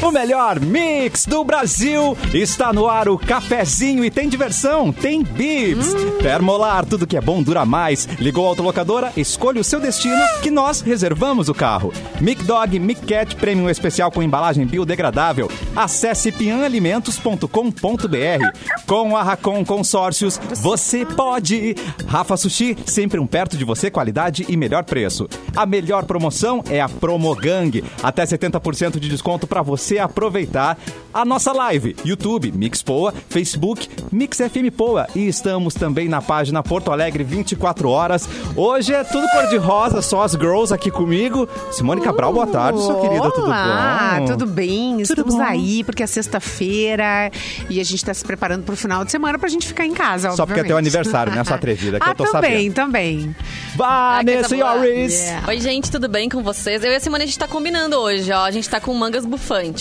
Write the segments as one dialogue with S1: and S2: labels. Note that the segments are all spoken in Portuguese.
S1: O melhor mix do Brasil está no ar o cafezinho e tem diversão, tem bibs. Termolar, tudo que é bom dura mais. Ligou a autolocadora, escolha o seu destino que nós reservamos o carro. Mic Dog, Mic Cat Premium Especial com embalagem biodegradável. Acesse pianalimentos.com.br. Com a Racon Consórcios, você pode. Rafa Sushi, sempre um perto de você, qualidade e melhor preço. A melhor promoção é a Promogang. Até 70% de desconto para você aproveitar a nossa live. YouTube, Mix Poa, Facebook, Mix FM Poa. E estamos também na página Porto Alegre 24 horas. Hoje é tudo cor de rosa, só as girls aqui comigo. Simone Cabral, boa tarde, sua querida, tudo
S2: Olá,
S1: bom?
S2: tudo bem? Estamos
S1: bom?
S2: aí porque é sexta-feira e a gente está se preparando para o final de semana para a gente ficar em casa,
S1: Só porque é
S2: obviamente.
S1: teu aniversário, né? Sua atrevida, que
S2: ah,
S1: eu tô
S2: também, também.
S1: Vanessa é
S3: Ah, que coisa boa.
S1: Yoris.
S2: Yeah.
S3: Oi, gente, tudo bem com vocês? Eu e a Simone, a gente tá combinando hoje, ó. A gente tá com mangas bufantes.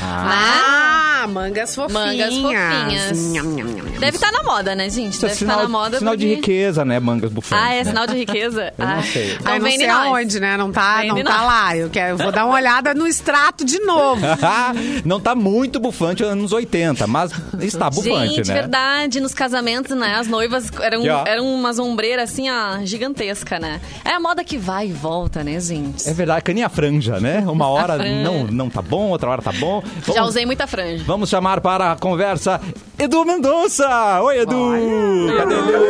S2: Ah, mangas fofinhas.
S3: Mangas fofinhas.
S2: Nham, nham, nham, nham.
S3: Deve estar na moda, né, gente?
S1: Isso é
S3: Deve estar
S1: sinal,
S3: na moda.
S1: sinal de
S3: porque-
S1: riqueza, né? Mangas bufantes.
S3: Ah, é
S1: né?
S3: sinal de riqueza?
S1: Eu não
S3: Ah,
S1: sei.
S3: Então
S2: Ai, não
S3: vem
S2: sei
S3: de nós.
S2: aonde, né? Não tá,
S3: Vem
S2: não
S3: de
S2: tá
S3: nós.
S2: lá. Eu, quero, eu vou dar uma olhada no extrato de novo.
S1: Não tá muito bufante anos 80, mas está bufante,
S3: gente,
S1: né?
S3: verdade, nos casamentos, né? As noivas eram,
S1: Aqui, ó.
S3: eram umas ombreiras assim, ó, gigantesca, né? É a moda que vai e volta, né, gente?
S1: É verdade, caninha franja, né? Uma hora
S3: franja.
S1: não, não tá bom, outra hora tá bom. Vamos,
S3: Já usei muita franja.
S1: Vamos chamar para a conversa Edu Mendonça. Oi, Edu. Cadê ele?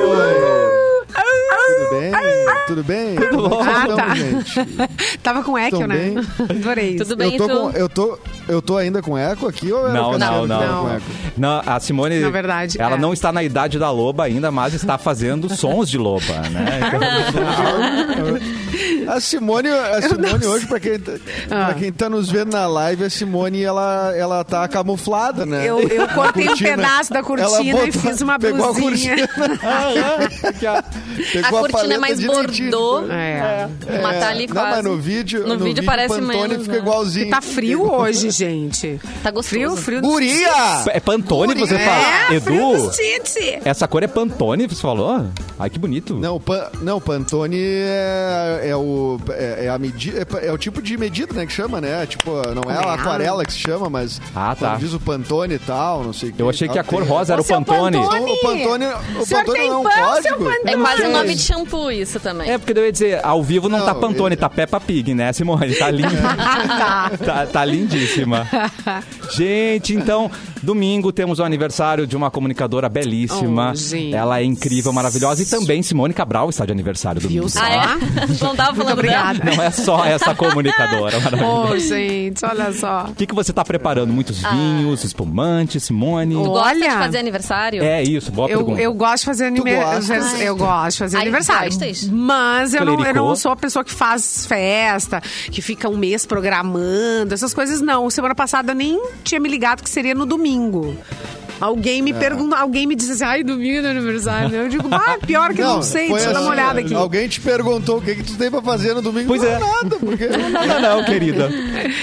S4: Tudo bem? Tudo bem? é Tudo bom?
S2: Ah, tá. Tava com eco,
S4: Tão
S2: né?
S4: bem.
S2: Adorei.
S3: Tudo bem,
S4: Eu tô,
S3: tu?
S4: com, eu, tô, eu tô ainda com eco aqui ou era
S1: Não, não,
S4: o Cassiano que tava
S1: não,
S4: com
S1: não.
S4: eco?
S1: a Simone,
S2: Na verdade,
S1: ela
S2: é.
S1: não está na idade da loba ainda, mas está fazendo sons de loba, né?
S4: A Simone, a Simone hoje, pra quem, tá-
S2: Ah.
S4: pra quem tá nos vendo na live, a Simone, ela, ela tá camuflada, né?
S2: Eu, eu cortei um
S4: Cortina.
S2: pedaço da
S4: Ela
S2: cortina e
S4: botou-
S2: fiz uma
S4: pegou a
S2: blusinha.
S4: cortina.
S1: Então,
S3: A
S4: Pegou
S3: cortina é
S4: paleta
S3: mais
S4: direitinho.
S3: bordô.
S2: É.
S3: Uma tá ali
S4: não,
S3: quase.
S4: mas no vídeo,
S3: No vídeo parece
S4: Pantone
S3: menos,
S4: fica
S3: né?
S4: igualzinho.
S1: É.
S2: E tá frio hoje, gente.
S3: Tá gostoso.
S2: Frio, frio. do-
S4: Guria!
S1: É Pantone que você
S4: É,
S1: fala.
S2: É, frio
S1: Edu,
S2: dos Tite.
S1: essa cor é Pantone, você falou? Ai, que bonito.
S4: Não, pan, não, Pantone é, é o é, é a medida, é, pa- é o tipo de medida, né, que chama, né? Tipo, não é a aquarela que se chama, mas
S1: Ah, tá.
S4: quando diz o Pantone e tal, não sei. o
S1: Eu achei
S4: tal,
S1: que a cor
S4: tem-
S1: rosa era o
S2: Ô, seu
S1: Pantone.
S2: Pantone.
S4: Então, o Pantone, o
S2: Senhor
S4: Pantone
S2: tem
S4: não é um
S2: pão, seu
S4: código.
S2: Pantone?
S3: É quase um
S4: Não
S3: nome
S4: sei.
S3: de shampoo isso também.
S1: É, porque eu ia dizer, ao vivo não,
S4: Não,
S1: tá Pantone,
S4: eu-
S1: tá Peppa Pig, né, Simone? Tá lindo.
S2: Ah,
S3: Ah,
S1: tá, tá lindíssima. Gente, então, domingo temos o aniversário de uma comunicadora belíssima.
S2: Oh, gente.
S1: Ela é incrível, maravilhosa. E também Simone Cabral está de aniversário domingo. tá?
S2: Viu só? Ah,
S3: Ah, é? Não tava falando
S2: obrigada.
S3: dela?
S1: Não é só essa comunicadora maravilhosa.
S2: Ô, gente, olha só.
S1: O que, que você tá preparando? Muitos vinhos, espumantes, Simone?
S2: Oh.
S3: Gosta de
S2: Olha.
S3: fazer aniversário?
S1: É isso, boa
S2: Eu,
S1: pergunta.
S2: eu gosto de fazer
S4: gosta?
S2: aniversário. Eu gosto de fazer
S3: Ai, tá,
S2: aniversário.
S3: gostas?
S2: Mas eu não, eu
S1: Clericou?
S2: não sou a pessoa que faz festa, que fica um mês programando, essas coisas não. Semana passada eu nem tinha me ligado que seria no domingo. Alguém
S4: É.
S2: me pergunta, alguém me disse assim, ai, domingo é meu aniversário. Eu digo, ah, pior que eu não, sei,
S4: foi
S2: deixa eu dar uma
S4: assim,
S2: olhada aqui.
S4: Alguém te perguntou o que, que tu tem pra fazer no domingo?
S1: Pois
S4: não,
S1: é.
S4: nada, porque...
S1: Não, não, querida.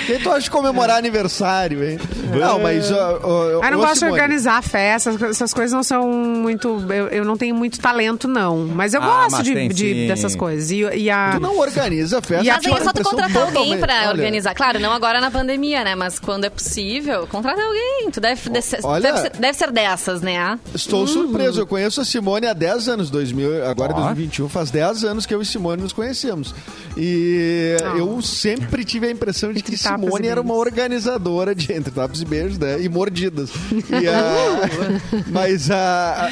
S4: Quem tu acha de comemorar aniversário, hein? Não, mas... ó, ó,
S2: Ah, Eu não
S4: ô,
S2: gosto de
S4: Simone,
S2: organizar festas, essas coisas não são muito. Eu, eu não tenho muito talento, não. Mas eu
S1: Ah,
S2: gosto
S1: mas
S2: de,
S1: tem
S2: de-
S1: sim.
S2: dessas coisas. E, e a.
S4: Tu não organiza a festa.
S2: E a
S3: Mas aí é só tu
S4: impressão
S3: contratar alguém
S4: totalmente-
S3: pra
S4: Olha,
S3: organizar. Claro, não agora na pandemia, né? Mas quando é possível, contrata alguém. Tu deve, deve, ser,
S4: Olha.
S3: deve, ser, deve ser dessas, né?
S2: Hum.
S4: Estou surpreso, eu conheço a Simone há 10 anos, 2000, agora
S1: Ó.
S4: 2021, faz 10 anos que eu e Simone nos conhecemos. E eu sempre tive a impressão de
S2: Ah. Entre
S4: que
S2: tapas e
S4: Simone era uma
S2: beijos.
S4: organizadora de entre tapas e beijos, né? E mordidas. E a- mas a,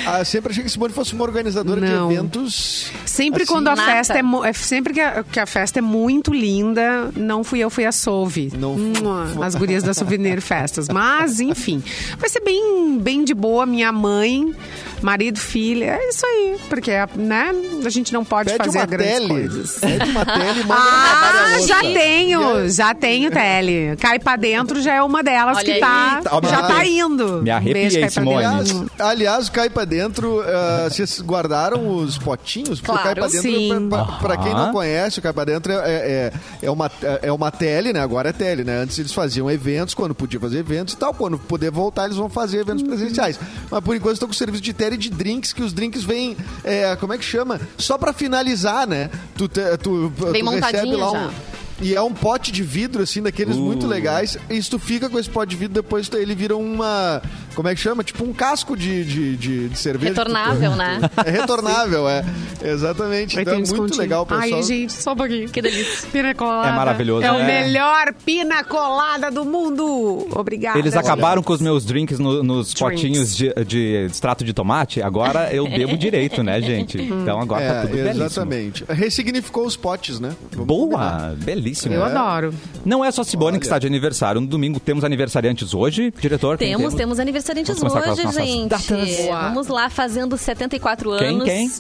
S4: a- a- sempre achei que Simone fosse uma organizadora
S2: Não.
S4: de eventos.
S2: Sempre
S4: assim,
S2: quando a
S3: mata.
S2: festa é, mu- é sempre que a, que a festa é muito linda, não fui eu, fui a Sove.
S4: Não
S2: Mua, As gurias da Souvenir Festas. Mas, enfim, vai ser bem, bem de boa minha mãe, marido, filha, é isso aí, porque né, a gente não pode
S4: Pede
S2: fazer
S4: uma
S2: grandes
S4: tele.
S2: coisas.
S4: Pede uma tele e manda uma
S2: Ah,
S4: várias
S2: já
S4: outras.
S2: tenho, já tenho tele. Cai pra dentro já é uma delas
S3: Olha
S2: que
S3: aí.
S2: tá,
S1: Tá,
S2: já
S1: me
S2: tá
S1: arrepiei.
S2: indo.
S1: Me arrepiei,
S2: Beijo, Cai Pra
S1: Simone.
S2: Dentro.
S4: Aliás, aliás, o Cai Pra Dentro, eh, vocês guardaram os potinhos? Porque o Cai
S3: Claro,
S4: Pra Dentro,
S2: sim.
S4: pra, pra- pra quem
S1: Aham.
S4: não conhece, o Cai Pra Dentro é, é, é, uma, é uma tele, né? Agora é tele, né? Antes eles faziam eventos, quando podia fazer eventos e tal. Quando poder voltar, eles vão fazer eventos presenciais. Mas por enquanto estão com o serviço de tele e de drinks, que os drinks vêm, é eh, como é que chama? Só pra finalizar, né? Tu, te- tu, tu
S3: montadinho
S4: recebe lá
S3: já.
S4: um... E é um pote de vidro, assim, daqueles
S1: Uh.
S4: muito legais. E se tu fica com esse pote de vidro, depois tu- ele vira uma. Como é que chama? Tipo um casco de, de, de, de cerveja.
S3: Retornável, né?
S4: É retornável, é. Exatamente.
S2: Aí
S4: Então é
S2: tem um
S4: muito
S2: descontinho.
S4: legal, pessoal.
S2: Ai, gente, só um pouquinho.
S3: Que delícia.
S2: Pina colada.
S1: É maravilhoso,
S2: É o
S1: né?
S2: melhor pina colada do mundo. Obrigada.
S1: Eles
S2: gente.
S1: acabaram com os meus drinks no- nos
S2: Tá, Drinks.
S1: potinhos de, de extrato de tomate, agora eu bebo direito, né, gente? Então agora tá
S4: É,
S1: tudo belíssimo.
S4: exatamente. Ressignificou os potes, né? Vamos combinar.
S1: Boa, belíssimo.
S2: Eu adoro.
S1: Não é só Simone
S4: Olha.
S1: que está de aniversário. No domingo temos aniversariantes hoje, diretor? quem
S3: Temos, temos aniversariantes
S1: Vamos começar com
S3: hoje,
S1: as nossas
S3: gente.
S1: datas.
S2: Boa.
S3: Vamos lá, fazendo 74
S1: Quem,
S3: anos.
S1: quem?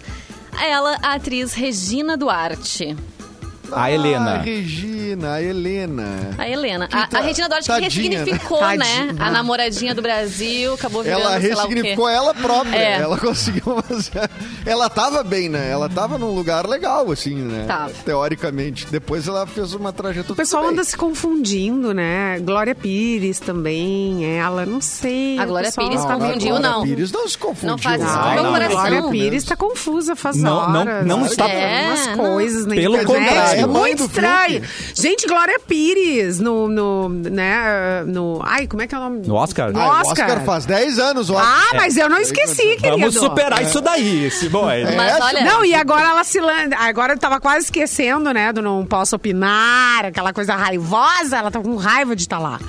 S3: Ela, a atriz Regina Duarte.
S1: A
S4: A
S1: Helena.
S4: Regina, a Helena.
S3: A Helena.
S4: Que
S3: A,
S4: ta-
S3: a Regina Duarte que
S4: tadinha, né?
S3: ressignificou, né?
S2: Tadinha.
S3: A namoradinha do Brasil, acabou virando,
S4: Ela
S3: sei lá o quê.
S4: ressignificou ela própria.
S3: É.
S4: Ela conseguiu fazer. Ela tava bem, né? Ela tava num lugar legal, assim, né?
S3: Tava.
S4: Teoricamente. Depois ela fez uma trajetória.
S2: O pessoal anda se confundindo, né? Glória Pires também, ela, não sei.
S3: A
S2: o
S3: Glória
S2: pessoal
S3: Pires
S2: tá
S3: confundiu,
S2: muito-
S3: não.
S4: é Pires não se confundiu.
S3: Não faz isso
S2: Ah,
S3: Meu
S2: não,
S3: coração.
S2: Glória Pires tá confusa faz
S1: Não- não-
S2: horas.
S1: não está-
S2: É, umas coisas na
S1: Pelo
S2: internet.
S1: contrário.
S2: É
S4: Mãe
S2: muito
S4: do
S2: estranho.
S4: Fiuk.
S2: Gente, Glória Pires no, no, né, no... Ai, como é que é o nome?
S1: No Oscar?
S2: No
S4: Ah, o
S2: Oscar.
S4: Oscar faz 10 anos, o Oscar.
S2: Ah, mas eu não esqueci, querido.
S1: Vamos superar isso daí, Simone.
S3: Mas
S4: É,
S3: olha,
S2: Não, e agora ela se lan... Agora eu tava quase esquecendo, né? Do não posso opinar, aquela coisa raivosa. Ela tava com raiva de estar lá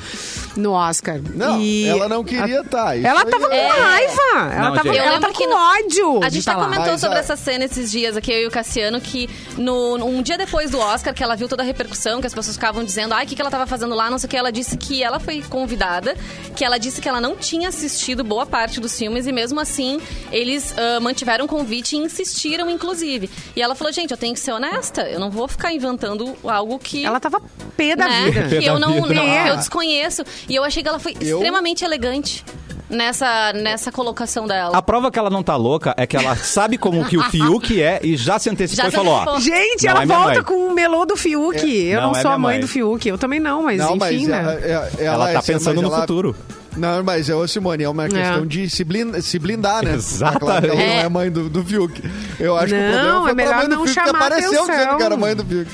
S2: no Oscar.
S4: Não,
S2: E-
S4: ela não queria estar.
S2: Ela tava com
S4: é...
S2: raiva. Ela
S1: Não,
S2: tava,
S1: gente. Eu
S2: ela
S3: lembro
S2: tava
S3: que
S2: com
S3: no-
S2: ódio.
S3: A
S2: de
S3: gente
S2: tá
S3: até
S2: lá.
S3: comentou
S4: Mas,
S3: sobre
S4: ó,
S3: essa cena esses dias aqui, eu e o Cassiano, que no, um dia depois do Oscar, que ela viu toda a repercussão, que as pessoas ficavam dizendo, ai, o que, que ela tava fazendo lá, não sei o que, ela disse que ela foi convidada, que ela disse que ela não tinha assistido boa parte dos filmes, e mesmo assim, eles ah, mantiveram o convite e insistiram, inclusive. E ela falou, gente, eu tenho que ser honesta, eu não vou ficar inventando algo que...
S2: Ela tava pé da
S3: né,
S2: vida.
S1: Pé
S3: Que
S1: da
S3: eu não,
S1: vida.
S3: não-
S2: É.
S3: que eu desconheço. E eu achei que ela foi
S4: Eu-
S3: extremamente elegante nessa, nessa colocação dela.
S1: A prova que ela não tá louca é que ela sabe como que o Fiuk é e já se antecipou
S3: Já
S1: e falou, ó,
S3: antecipou.
S2: Gente,
S1: Não
S2: ela
S1: é minha
S2: volta
S1: mãe.
S2: com o melô do Fiuk. eu
S1: não
S2: não,
S1: é
S2: sou
S1: minha
S2: a mãe
S1: mãe.
S2: do Fiuk. Eu também não, mas
S4: Não,
S2: enfim,
S4: mas
S2: né?
S4: ela, é- é-
S1: Ela tá
S4: essa-
S1: pensando
S4: mas
S1: no
S4: ela-
S1: futuro.
S4: Não, mas é o Simone, é uma questão de se, blin- se blindar, né?
S1: Exatamente.
S4: Tá claro que ela não
S3: É.
S4: é mãe do, do Fiuk. Eu acho que o
S2: Não,
S4: problema foi
S2: é melhor
S4: pra mãe do
S2: não
S4: Fiuk que
S2: chamar
S4: apareceu
S2: atenção.
S4: dizendo que era mãe do Fiuk.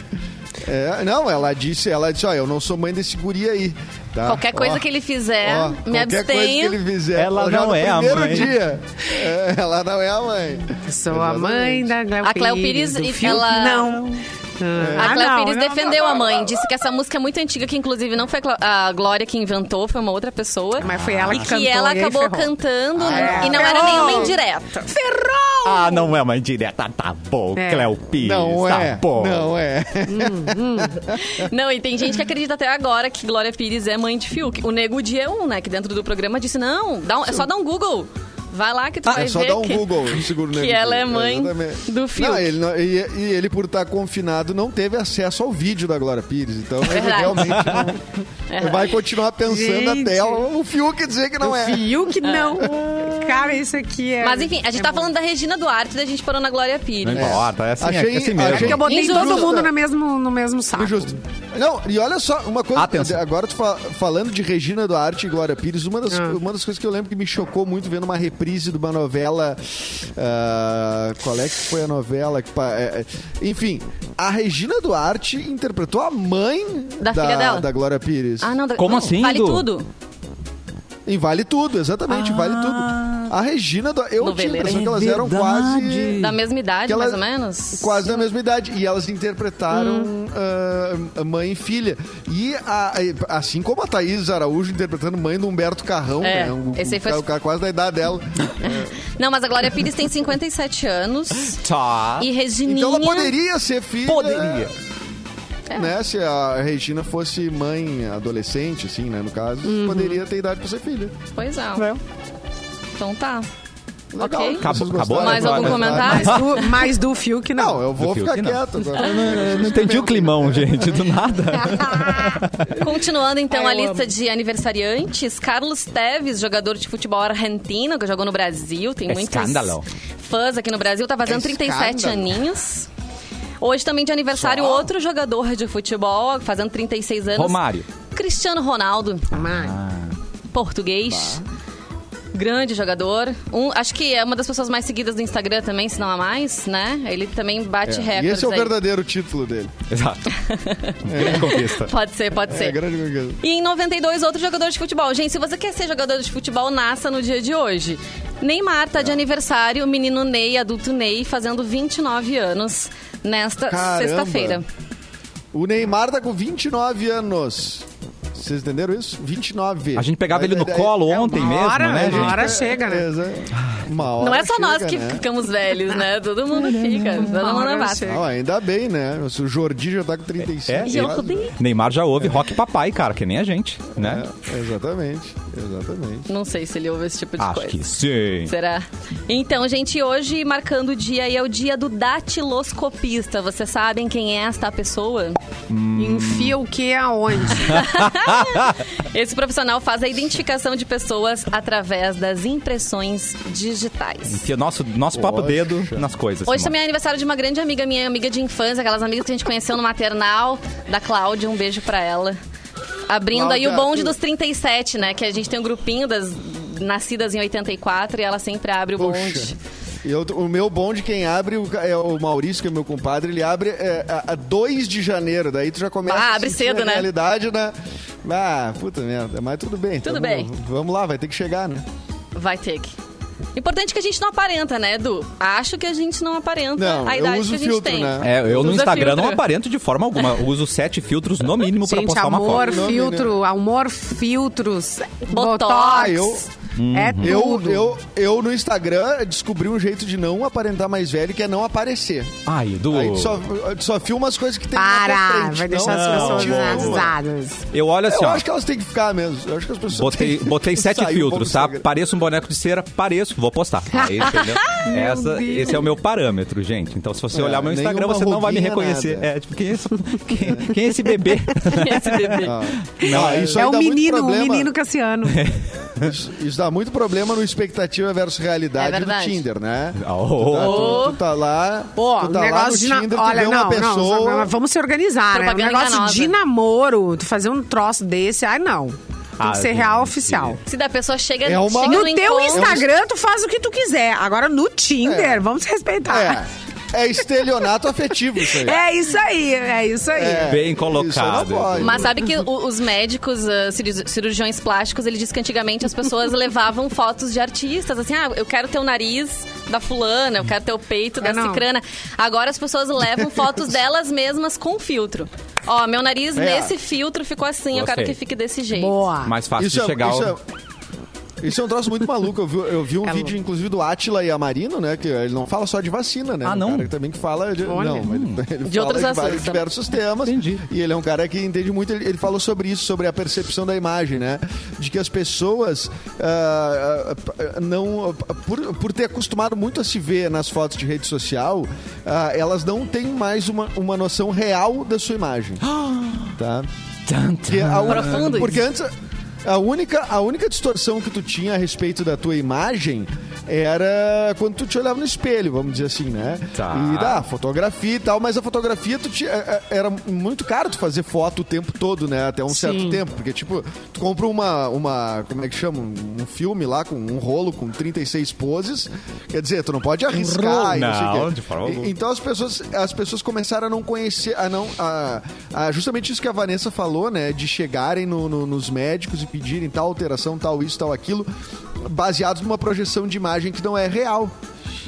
S4: É, não, ela disse, ela disse, ó, eu não sou mãe desse guri aí. tá?
S3: Qualquer coisa
S4: Ó,
S3: que ele fizer,
S4: ó,
S3: É, me
S4: qualquer coisa que
S3: abstenho.
S4: ele fizer,
S1: Ela
S4: já
S1: não
S4: no
S1: é a
S4: primeiro
S1: mãe.
S4: Dia, É, ela não é a mãe.
S2: Sou a mãe da Cleo Pires.
S3: A Cleo Pires,
S2: do
S3: e
S2: Fiuk,
S3: ela- É.
S2: Não.
S3: A
S2: Ah,
S3: Cléo
S2: não,
S3: Pires
S2: não,
S3: defendeu
S2: não,
S3: a mãe, disse que essa música é muito antiga, que inclusive não foi a Clá- a Glória que inventou, foi uma outra pessoa.
S2: Mas foi ela que
S3: que
S2: cantou.
S3: ela
S2: e aí
S3: acabou
S2: ferrou.
S3: cantando
S2: É.
S4: Ah,
S3: e não era
S2: Ferrou.
S3: nenhuma indireta.
S2: Ferrou!
S1: ah, não é uma indireta, tá bom,
S2: É.
S1: Cleo Pires,
S4: Não
S1: tá
S4: é,
S1: bom.
S4: não é.
S3: Não, e tem gente que acredita até agora que Glória Pires é mãe de Fiuk. O Nego Dia é um, né? Que dentro do programa disse: não, dá um- é só dar um Google. Vai lá que tu vai
S4: É só
S3: ver.
S4: dar um
S3: que-
S4: Google, seguro
S3: que
S4: nele.
S3: ela é mãe
S4: Exatamente.
S3: do Fiuk.
S4: Não, ele não- e, e ele, por estar confinado, não teve acesso ao vídeo da Glória Pires. Então, ele
S3: Verdade.
S4: realmente não, vai continuar pensando
S2: Gente.
S4: até o, o Fiuk dizer que não
S2: O
S4: é.
S2: Fiuk, não. Cara, isso aqui é...
S3: Mas enfim, a gente tá falando da Regina Duarte, da gente parou na Glória
S1: Não
S3: Pires.
S1: importa, é assim, é-
S4: Achei-
S1: é assim mesmo.
S4: achei-
S2: Porque eu botei todo
S4: Injusta.
S2: mundo no mesmo, no mesmo saco.
S4: Justo. Não, e olha só, uma coisa.
S1: Atenção.
S4: Agora, tu fa- falando de Regina Duarte e Glória Pires, uma das,
S2: Ah.
S4: uma das coisas que eu lembro que me chocou muito vendo uma reprise de uma novela. ah, qual é que foi a novela? que pa- é, é, enfim, a Regina Duarte interpretou a mãe
S3: Da filha dela.
S4: da Glória Pires.
S3: Ah, não, da-
S1: Como
S3: não,
S1: assim,
S3: Vale
S1: Du?
S3: tudo.
S4: E vale tudo, exatamente, vale tudo.
S3: Ah.
S4: A Regina, Duarte- eu tinha a
S3: Noveleira.
S4: impressão que elas eram quase.
S3: Da mesma idade,
S4: que elas-
S3: mais ou menos.
S4: Quase da mesma idade. E elas interpretaram ah, mãe e filha. E a- a- assim como a Thaís Araújo interpretando mãe do Humberto Carrão,
S3: É,
S4: né? O,
S3: esse aí
S4: o
S3: foi-
S4: cara- o cara quase da idade dela.
S3: Não, mas a Glória Pires tem 57 anos.
S1: Tá.
S3: E Regininha...
S4: Então ela poderia ser filha.
S1: Poderia.
S3: É.
S4: Né, se a Regina fosse mãe adolescente, assim, né? No caso,
S3: Uhum.
S4: poderia ter idade pra ser filha.
S3: Pois é. Então tá.
S4: Legal.
S3: Ok.
S4: Vocês
S1: Acabou-
S4: gostaram?
S1: acabou?
S3: Mais algum comentário?
S2: Mas do, mas do Fiuk, não.
S4: Não, eu vou
S1: Do
S4: ficar
S1: Fiuk, não.
S4: quieto agora.
S1: Não entendi o climão, gente, do nada.
S3: Continuando então
S2: Ai,
S3: a
S2: eu
S3: lista de aniversariantes, Carlos Teves, jogador de futebol argentino, que jogou no Brasil, tem muitos
S1: É Escândalo.
S3: fãs aqui no Brasil, tá
S2: É
S3: fazendo 37
S4: Escândalo.
S3: aninhos. Hoje também de aniversário
S4: Só?
S3: outro jogador de futebol, fazendo 36 anos.
S1: Romário. Ah.
S3: Cristiano Ronaldo,
S2: Mas-
S3: português. Grande jogador. Um, acho que é uma das pessoas mais seguidas do Instagram também, se não há mais, né? Ele também bate
S4: É. E
S3: recordes.
S4: esse é o
S3: aí.
S4: verdadeiro título dele.
S1: Exato. Grande conquista.
S3: Pode ser, pode
S4: É,
S3: ser.
S4: grande conquista.
S3: E em 92, outro jogador de futebol. Gente, se você quer ser jogador de futebol, nasça no dia de hoje. Neymar tá de aniversário, o menino Ney, adulto Ney, fazendo 29 anos nesta
S4: Caramba.
S3: sexta-feira.
S4: O Neymar tá com 29 anos. Vocês entenderam isso? 29.
S1: A gente pegava ele no
S4: É, é,
S1: colo
S4: é uma
S1: ontem mesmo,
S2: hora,
S1: né,
S2: uma
S1: gente?
S2: hora chega, né?
S4: Beleza. Uma hora
S3: Não é só nós
S4: chega,
S3: que
S4: né?
S3: ficamos velhos, né? Todo mundo fica, todo mundo
S2: Hora
S3: abaixa.
S2: chega.
S4: Não, ainda bem, né? O Jordi já tá com 35.
S1: É,
S3: E eu
S4: quase.
S3: odeio.
S1: Neymar já ouve rock papai, cara, que nem a gente, né?
S4: É, exatamente, exatamente.
S3: Não sei se ele ouve esse tipo de
S1: Acho
S3: coisa.
S1: que sim.
S3: Será? Então, gente, hoje marcando o dia e é o dia do datiloscopista. Vocês sabem quem é esta pessoa?
S2: Enfia o que aonde?
S3: Esse profissional faz a identificação de pessoas através das impressões digitais.
S1: Enfia nosso, nosso próprio
S4: Poxa.
S1: dedo nas coisas.
S3: Hoje
S1: Simone.
S3: também é aniversário de uma grande amiga minha, amiga de infância, aquelas amigas que a gente conheceu no maternal, da Cláudia, um beijo pra ela. Abrindo aí o
S4: Cláudia,
S3: bonde
S4: tu-
S3: dos 37, né? Que a gente tem um grupinho das nascidas em 84 e ela sempre abre o bonde.
S4: Poxa. Eu, o meu bonde, quem abre o ca- é o Maurício, que é meu compadre, ele abre é, a, a 2 de janeiro, daí tu já começa
S3: Ah,
S4: a
S3: abre
S4: sentir
S3: cedo,
S4: a
S3: né?
S4: realidade, né? Ah, puta merda, mas tudo bem.
S3: Tudo
S4: tamo-
S3: bem.
S4: Vamos lá, vai ter que chegar, né?
S3: Vai ter que. Importante que a gente não aparenta, né, Edu? Acho que a gente não aparenta
S4: Não,
S3: a
S4: eu
S3: idade
S4: uso
S3: que a gente
S4: filtro,
S3: tem.
S4: né?
S1: É, eu no
S3: Usa
S1: Instagram
S3: filtro.
S1: não aparento de forma alguma. Eu uso sete filtros no
S4: Tipo,
S1: mínimo pra
S2: Gente,
S1: postar uma foto.
S2: amor,
S4: foto.
S2: filtro, amor, filtros,
S3: né? Botox.
S2: botox.
S4: Ah, eu-
S2: É
S4: Eu,
S2: tudo.
S4: eu, eu no Instagram descobri um jeito de não aparentar mais velho, que é não aparecer.
S1: Ai, Edu.
S4: Aí tu só, tu só filma as coisas que tem lá pra
S2: Para,
S4: frente,
S2: vai
S4: não-
S2: deixar
S4: não,
S2: as pessoas
S4: tipo,
S2: desavisadas.
S1: Eu olho assim,
S4: Eu
S1: ó.
S4: acho que elas têm que ficar mesmo. Eu acho que as pessoas
S1: Botei,
S4: têm que-
S1: botei sete
S4: Saiu,
S1: filtros,
S4: vamos
S1: tá?
S4: Instagram.
S1: Pareço um boneco de cera, pareço, vou postar. Aí, entendeu? Essa,
S2: Deus.
S1: esse é o meu parâmetro, gente. Então, se você
S4: É,
S1: olhar meu Instagram,
S4: nenhuma
S1: você não vai me
S4: ruguinha,
S1: reconhecer.
S4: nada.
S1: É, tipo, quem é esse, quem, quem é esse bebê?
S3: Esse bebê.
S4: Ah. Não, isso
S2: É
S4: aí
S2: o
S4: dá muito
S2: menino, o
S4: problema.
S2: menino Cassiano.
S4: Isso, isso dá muito problema no expectativa versus
S3: É
S4: realidade do
S3: verdade.
S4: Tinder, né?
S1: Oh.
S4: Tu, tá, tu- tu tá lá,
S2: Pô, um
S4: tu tá lá no
S2: negócio de na-
S4: Tinder,
S2: Olha,
S4: tu vê
S2: não,
S4: uma pessoa...
S2: não, vamos se organizar, né? Um
S3: Propaganda
S2: negócio de
S3: enganosa.
S2: namoro, tu fazer um troço desse, ai não. Tem
S1: Ah,
S2: que ser real
S1: gente.
S2: oficial.
S3: Se da pessoa chega,
S4: É uma-
S3: chega
S2: No
S3: no,
S2: teu
S3: encontro,
S2: Instagram, tu faz o que tu quiser. Agora no Tinder,
S4: É.
S2: vamos se respeitar.
S4: É, é estelionato afetivo isso aí.
S2: É. isso aí, é isso aí.
S4: É,
S1: Bem
S4: Isso não
S1: colocado.
S4: pode.
S3: Mas sabe que o- os médicos, ah, ciris- cirurgiões plásticos, ele diz que antigamente as pessoas levavam fotos de artistas, assim, ah, eu quero teu nariz da fulana, eu quero teu peito da
S2: É, não.
S3: cicrana. Agora as pessoas levam fotos delas mesmas com filtro. Ó, meu nariz
S4: É.
S3: nesse filtro ficou assim, eu quero
S1: Gostei.
S3: que fique desse jeito.
S2: Boa.
S1: oh. Mais fácil de chegar.
S4: isso
S1: ao-
S4: é- isso é um troço muito maluco. Eu vi, eu vi um
S2: É
S4: vídeo, inclusive, do Atila e Amarino, né? Que ele não fala só de vacina, né?
S1: Ah,
S4: Um
S1: não? Hum.
S4: cara que também que fala de.
S2: Olha.
S4: Não, ele, ele
S3: De
S4: fala
S3: outros
S4: de
S3: assuntos
S4: vários
S3: também.
S4: diversos temas.
S1: Entendi.
S4: E ele é um cara que entende muito. Ele, ele falou sobre isso, sobre a percepção da imagem, né? De que as pessoas ah, ah, não. ah, Por, por ter acostumado muito a se ver nas fotos de rede social, ah, elas não têm mais uma, uma noção real da sua imagem. tá? Porque
S1: Uhum.
S4: a un-
S3: Profundo
S4: porque
S3: isso.
S4: antes a única, a única distorção que tu tinha a respeito da tua imagem era quando tu te olhava no espelho, vamos dizer assim, né?
S1: Tá.
S4: E dá, fotografia e tal, mas a fotografia tu ti- é- é- era muito caro tu fazer foto o tempo todo, né? Até um certo tempo. Porque, tipo, tu compra uma, uma. Como é que chama? Um um filme lá com um rolo com 36 poses. Quer dizer, tu não pode arriscar e não, sei o
S1: Não,
S4: quê.
S1: de forma
S4: E-
S1: alguma.
S4: então as pessoas, as pessoas começaram a não conhecer, a não. A, a- justamente isso que a Vanessa falou, né? De chegarem no- no- nos médicos e pedirem tal alteração, tal isso, tal aquilo, baseados numa projeção de imagem que não é real.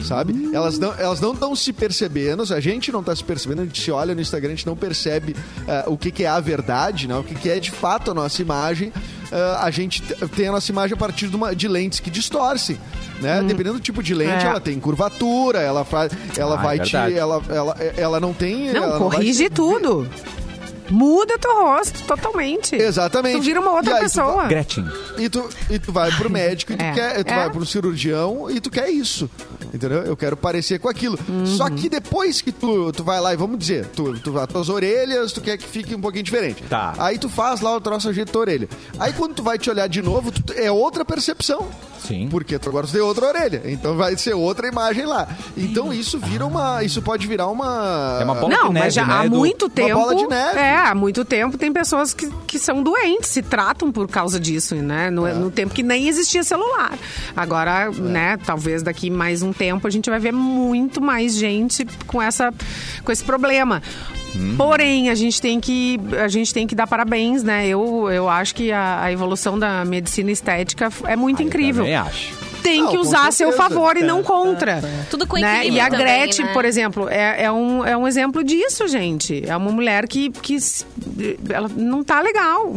S4: Sabe? Elas não elas não estão se percebendo, a gente não está se percebendo, a gente se olha no Instagram, a gente não percebe ah, o que, que é a verdade, né? o que, que é de fato a nossa imagem. Ah, a gente t- tem a nossa imagem a partir de, uma- de lentes que distorcem. Né? Dependendo do tipo de lente,
S2: É.
S4: ela tem curvatura, ela faz. Ela
S1: Ah, é
S4: vai te.
S1: verdade.
S4: Ela, ela, ela não tem.
S2: Não,
S4: ela vai
S2: corrige
S4: te-
S2: tudo. Muda teu rosto totalmente.
S4: Exatamente.
S2: Tu vira uma
S4: E
S2: outra
S4: aí tipo, tu
S2: pessoa.
S1: Gretchen.
S4: E tu, e tu vai pro médico e tu,
S2: É.
S4: quer, tu
S2: É.
S4: vai pro cirurgião e tu quer isso. Entendeu? Eu quero parecer com aquilo.
S2: Uhum.
S4: Só que depois que tu, tu vai lá e vamos dizer, tu, tu, as tuas orelhas, tu quer que fique um pouquinho diferente.
S1: Tá.
S4: Aí tu faz lá o troço ajeita a orelha. Aí quando tu vai te olhar de novo, tu- é outra percepção.
S1: Sim.
S4: Porque tu agora tu tem outra orelha. Então vai ser outra imagem lá. Então isso vira uma. Isso pode virar uma.
S1: É uma bola-
S2: Não,
S1: de neve,
S2: mas já
S1: né,
S2: há
S1: Edu?
S2: muito
S1: Uma
S2: tempo.
S4: bola de neve.
S2: É, há muito tempo tem pessoas que, que são doentes, se tratam por causa disso, né?
S4: É.
S2: No, no tempo que nem existia celular. Agora, né, talvez daqui mais um tempo a gente vai ver muito mais gente com, essa, com esse problema.
S4: Hum.
S2: Porém, a gente tem que a gente tem que dar parabéns, né? Eu, eu acho que a, a evolução da medicina estética é muito
S4: tá
S2: incrível
S1: Também acho.
S2: tem
S4: Não,
S2: que
S4: com
S2: usar a seu
S4: certeza. É,
S2: favor e não contra.
S3: Tudo com
S2: né?
S3: equilíbrio
S2: E a
S3: também,
S2: Gretchen,
S3: né?
S2: por exemplo, é, é um, é um exemplo disso, gente. É uma mulher que, que s- ela não tá legal.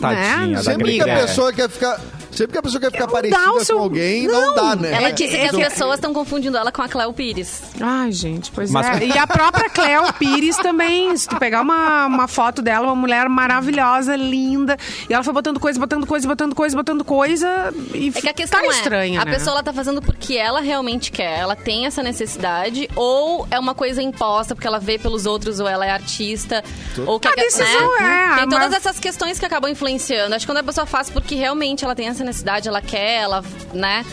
S1: Tadinha
S2: né?
S1: da
S4: Sempre que
S1: amiga.
S4: a pessoa quer ficar. Sempre que a pessoa quer ficar
S2: Não dá
S4: parecida
S2: o seu-
S4: com alguém,
S2: Não.
S4: não, dá, né?
S3: Ela
S2: É,
S3: disse
S2: é
S3: que as
S2: do-
S3: pessoas estão confundindo ela com a Cléo Pires.
S2: Ai, gente, pois
S1: Mas-
S2: é. E a própria Cléo Pires também. Se tu pegar uma, uma foto dela, uma mulher maravilhosa, linda. E ela foi botando coisa, botando coisa, botando coisa, botando coisa. E
S3: É que a questão
S2: tá
S3: é,
S2: estranha,
S3: a
S2: né?
S3: pessoa ela tá fazendo porque ela realmente quer, ela tem essa necessidade, ou é uma coisa imposta porque ela vê pelos outros, ou ela é artista, ou que né?
S2: A decisão Ah, é,
S3: Tem todas
S2: mas-
S3: essas questões que acabam influenciando. Acho que quando a pessoa faz porque realmente ela tem essa necessidade, ela quer, ela, né?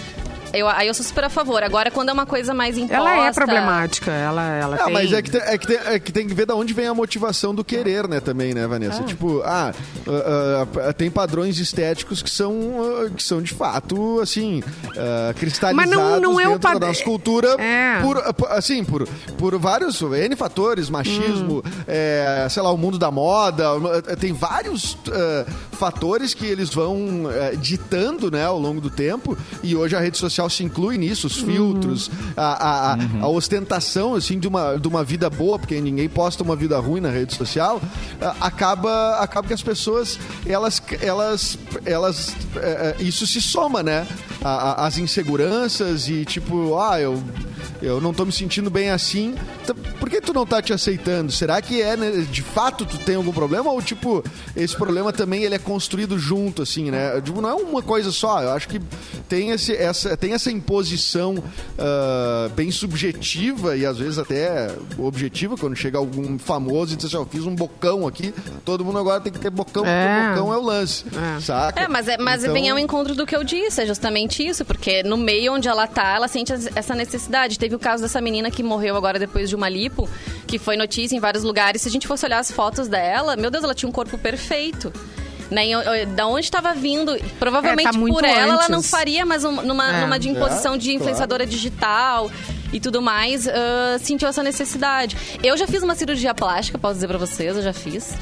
S3: Eu, aí eu sou super a favor. Agora, quando é uma coisa mais imposta...
S2: Ela é problemática. Ela, ela
S4: Ah,
S2: tem...
S4: mas é que, tem, é, que tem, é que tem que ver de onde vem a motivação do querer, né, também, né, Vanessa? Tipo, ah, ah, ah, tem padrões estéticos que são, ah, que são de fato, assim, ah, cristalizados
S2: Mas não- não é o
S4: dentro
S2: pad-
S4: da nossa cultura,
S2: É.
S4: por, ah, por- assim, por, por vários N fatores, machismo, é, sei lá, o mundo da moda, ah, tem vários ah, fatores que eles vão ah, ditando, né, ao longo do tempo, e hoje a rede social se inclui nisso, os filtros, a, a- a- a ostentação, assim, de uma, de uma vida boa, porque ninguém posta uma vida ruim na rede social, ah, acaba, acaba que as pessoas, elas, elas, elas, eh, eh, isso se soma, né, A- a- as inseguranças e tipo, ah, eu, eu não tô me sentindo bem assim, Tá- por que tu não tá te aceitando? Será que é, né, de fato tu tem algum problema ou tipo, esse problema também ele é construído junto, assim, né? Tipo, não é uma coisa só, eu acho que tem, esse, essa, tem essa imposição ah, bem subjetiva e às vezes até objetiva, quando chega algum famoso e diz assim, ó, fiz um bocão aqui, todo mundo agora tem que ter bocão,
S2: É.
S4: porque o bocão é o lance, saca?
S3: É, mas, é, mas
S4: Então-
S3: vem ao encontro do que eu disse, é justamente isso, porque no meio onde ela tá, ela sente as- essa necessidade. Teve o caso dessa menina que morreu agora depois de uma lipo, que foi notícia em vários lugares. Se a gente fosse olhar as fotos dela, meu Deus, ela tinha um corpo perfeito. Né? E eu- eu- da onde estava vindo? Provavelmente
S2: É, tá muito
S3: por ela, ela não
S2: antes.
S3: faria mais um- numa,
S2: É.
S3: numa de imposição
S4: É,
S3: de
S4: claro.
S3: influenciadora digital e tudo mais, ah, sentiu essa necessidade. Eu já fiz uma cirurgia plástica, posso dizer pra vocês, eu já fiz,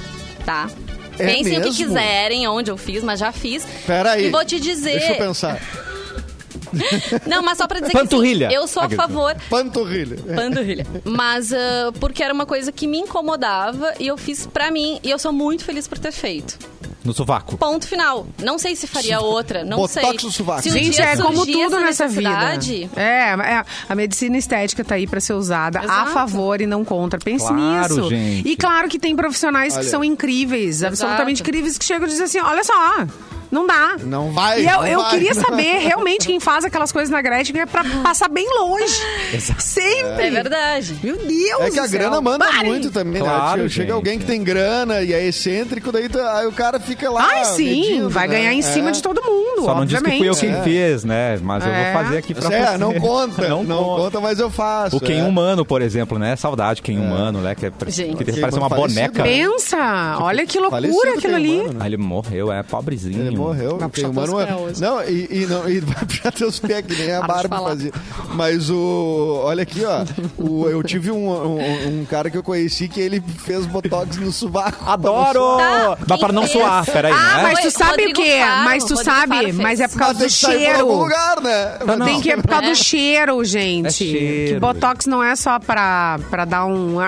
S3: tá?
S4: É
S3: Pensem o que
S4: mesmo?
S3: quiser querem onde eu fiz, mas já fiz.
S4: Peraí.
S3: E vou te dizer.
S4: Deixa eu pensar.
S3: Não, mas só pra dizer
S1: Panturrilha.
S3: que assim, eu sou a
S4: tá.
S1: Aquele.
S3: favor.
S4: Panturrilha.
S3: Panturrilha. Mas ah, porque era uma coisa que me incomodava e eu fiz pra mim e eu sou muito feliz por ter feito.
S1: No sovaco.
S3: Ponto final. Não sei se faria outra, não
S4: Botox
S3: sei.
S4: no sovaco.
S3: Se um
S2: Gente,
S3: dia
S2: é como
S3: surgir
S2: tudo
S3: essa
S2: nessa vida.
S3: necessidade,
S2: É, é, a medicina estética tá aí para ser usada a
S3: Exato.
S2: favor e não contra. Pense
S1: Claro,
S2: nisso.
S1: gente.
S2: E claro que tem profissionais que
S4: Olha.
S2: são incríveis, absolutamente incríveis, que chegam e dizem assim: olha só. Não dá.
S4: Não vai,
S2: E eu,
S4: não
S2: eu
S4: vai.
S2: queria saber realmente quem faz aquelas coisas na Gretchen é pra passar bem longe. Sempre.
S3: Ah. É verdade.
S2: Meu Deus.
S4: É que a
S2: do céu.
S4: grana manda
S2: Parem.
S4: muito também,
S1: Claro,
S4: né? Chega
S1: gente,
S4: alguém que tem grana e é excêntrico, daí tu- aí o cara fica lá.
S2: Ai, sim,
S4: medindo,
S2: vai
S4: né?
S2: ganhar em
S4: É.
S2: cima de todo mundo.
S1: Só não diz que
S2: obviamente.
S1: fui eu quem
S4: É.
S1: fez, né? Mas eu
S2: É.
S1: vou fazer aqui pra
S4: É,
S1: você.
S4: não conta. Não, conta. mas eu faço.
S1: O quem
S4: é.
S1: humano, por exemplo, né? Saudade, quem humano, né? Que, é,
S3: Gente.
S1: que parece
S4: Quem
S1: uma
S4: humano falecido.
S1: boneca.
S2: Pensa, olha que loucura
S4: Falecido
S2: aquilo
S4: quem
S2: ali.
S4: humano, né?
S1: Ah, ele morreu, é pobrezinho.
S4: Ele morreu.
S2: Vai
S4: Quem
S2: puxar
S4: humano
S2: teus
S4: é-
S2: pés hoje.
S4: Não, e, e não, e vai puxar teus pés, que nem a
S3: Para de
S4: Barbie
S3: falar.
S4: fazia. Mas o. Olha aqui, ó. O- eu tive um, um- um cara que eu conheci que ele fez botox no sovaco.
S1: Adoro!
S3: Tá,
S1: Mas para
S3: quem
S1: não
S3: fez?
S1: suar, peraí,
S2: Ah,
S1: né?
S2: mas tu
S3: Oi,
S2: sabe
S3: Rodrigo
S2: o quê?
S3: Faro,
S2: mas tu
S3: Rodrigo
S2: sabe,
S3: Faro fez.
S2: mas é por
S4: Mas
S2: causa
S4: tem
S2: do
S4: que sair por
S2: cheiro.
S4: algum lugar, né?
S1: não.
S2: Tem que é por causa
S3: É.
S2: do cheiro, gente.
S1: É cheiro.
S2: Que botox não é só pra, pra dar um.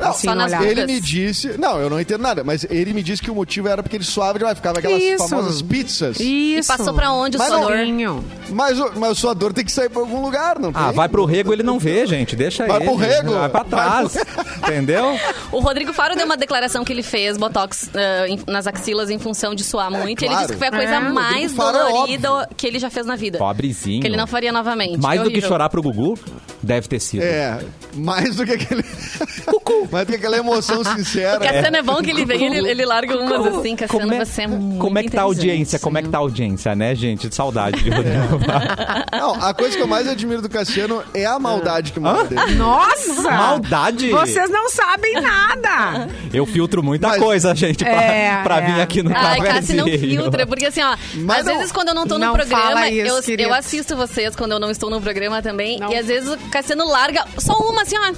S2: assim,
S3: só
S2: no
S3: nas
S2: olhar.
S3: bolas.
S4: Ele me disse. Não, eu não entendo nada, mas ele me disse que o motivo era porque ele suava demais, ficava aquelas
S2: Isso.
S4: famosas pizzas.
S2: Isso.
S3: E passou pra um onde o
S4: Mas não-
S3: sonor?
S2: Sim.
S4: Mas, o- mas o suador tem que sair pra algum lugar, não
S1: Ah,
S4: tem?
S1: vai pro rego, ele não vê, gente. Deixa
S4: Vai
S1: ele.
S4: pro rego.
S1: Vai pra
S4: Vai
S1: trás. Entendeu?
S3: O Rodrigo Faro deu uma declaração que ele fez botox eh, em- nas axilas em função de suar muito. e Ele
S4: claro.
S3: disse que foi a coisa
S2: É, o
S3: mais
S4: Rodrigo Faro é
S3: dolorida que ele já fez na vida.
S1: Pobrezinho.
S3: Que ele não faria novamente.
S1: Mais
S3: Que
S1: do que
S3: horrível.
S1: chorar pro Gugu. Deve ter sido.
S4: É, mais do que aquele. mais do que aquela emoção
S3: O
S4: sincera.
S3: Cassiano é, bom que ele vem, ele, ele larga umas assim, Cassiano,
S1: Como é,
S3: você é muito
S1: como é que tá a audiência?
S3: inteligente.
S1: Como é que tá a audiência, né, gente? De saudade de Rodrigo
S4: É.
S1: Maia.
S4: Não, a coisa que eu mais admiro do Cassiano é a maldade que mora dele.
S2: Nossa!
S1: Maldade!
S2: Vocês não sabem nada!
S1: Eu filtro muita
S4: Mas-
S1: coisa, gente, pra,
S2: É,
S1: pra
S2: é.
S1: vir aqui no
S3: Ai, Cassi, não
S1: cafezinho.
S3: filtra, porque assim, ó,
S4: Mas
S3: às
S4: não-
S3: vezes quando eu não tô no
S2: Não
S3: programa,
S2: fala isso,
S3: eu- eu,
S2: queridos.
S3: assisto vocês quando eu não estou no programa também,
S2: Não.
S3: e às vezes o Cassiano larga só uma, assim, ó,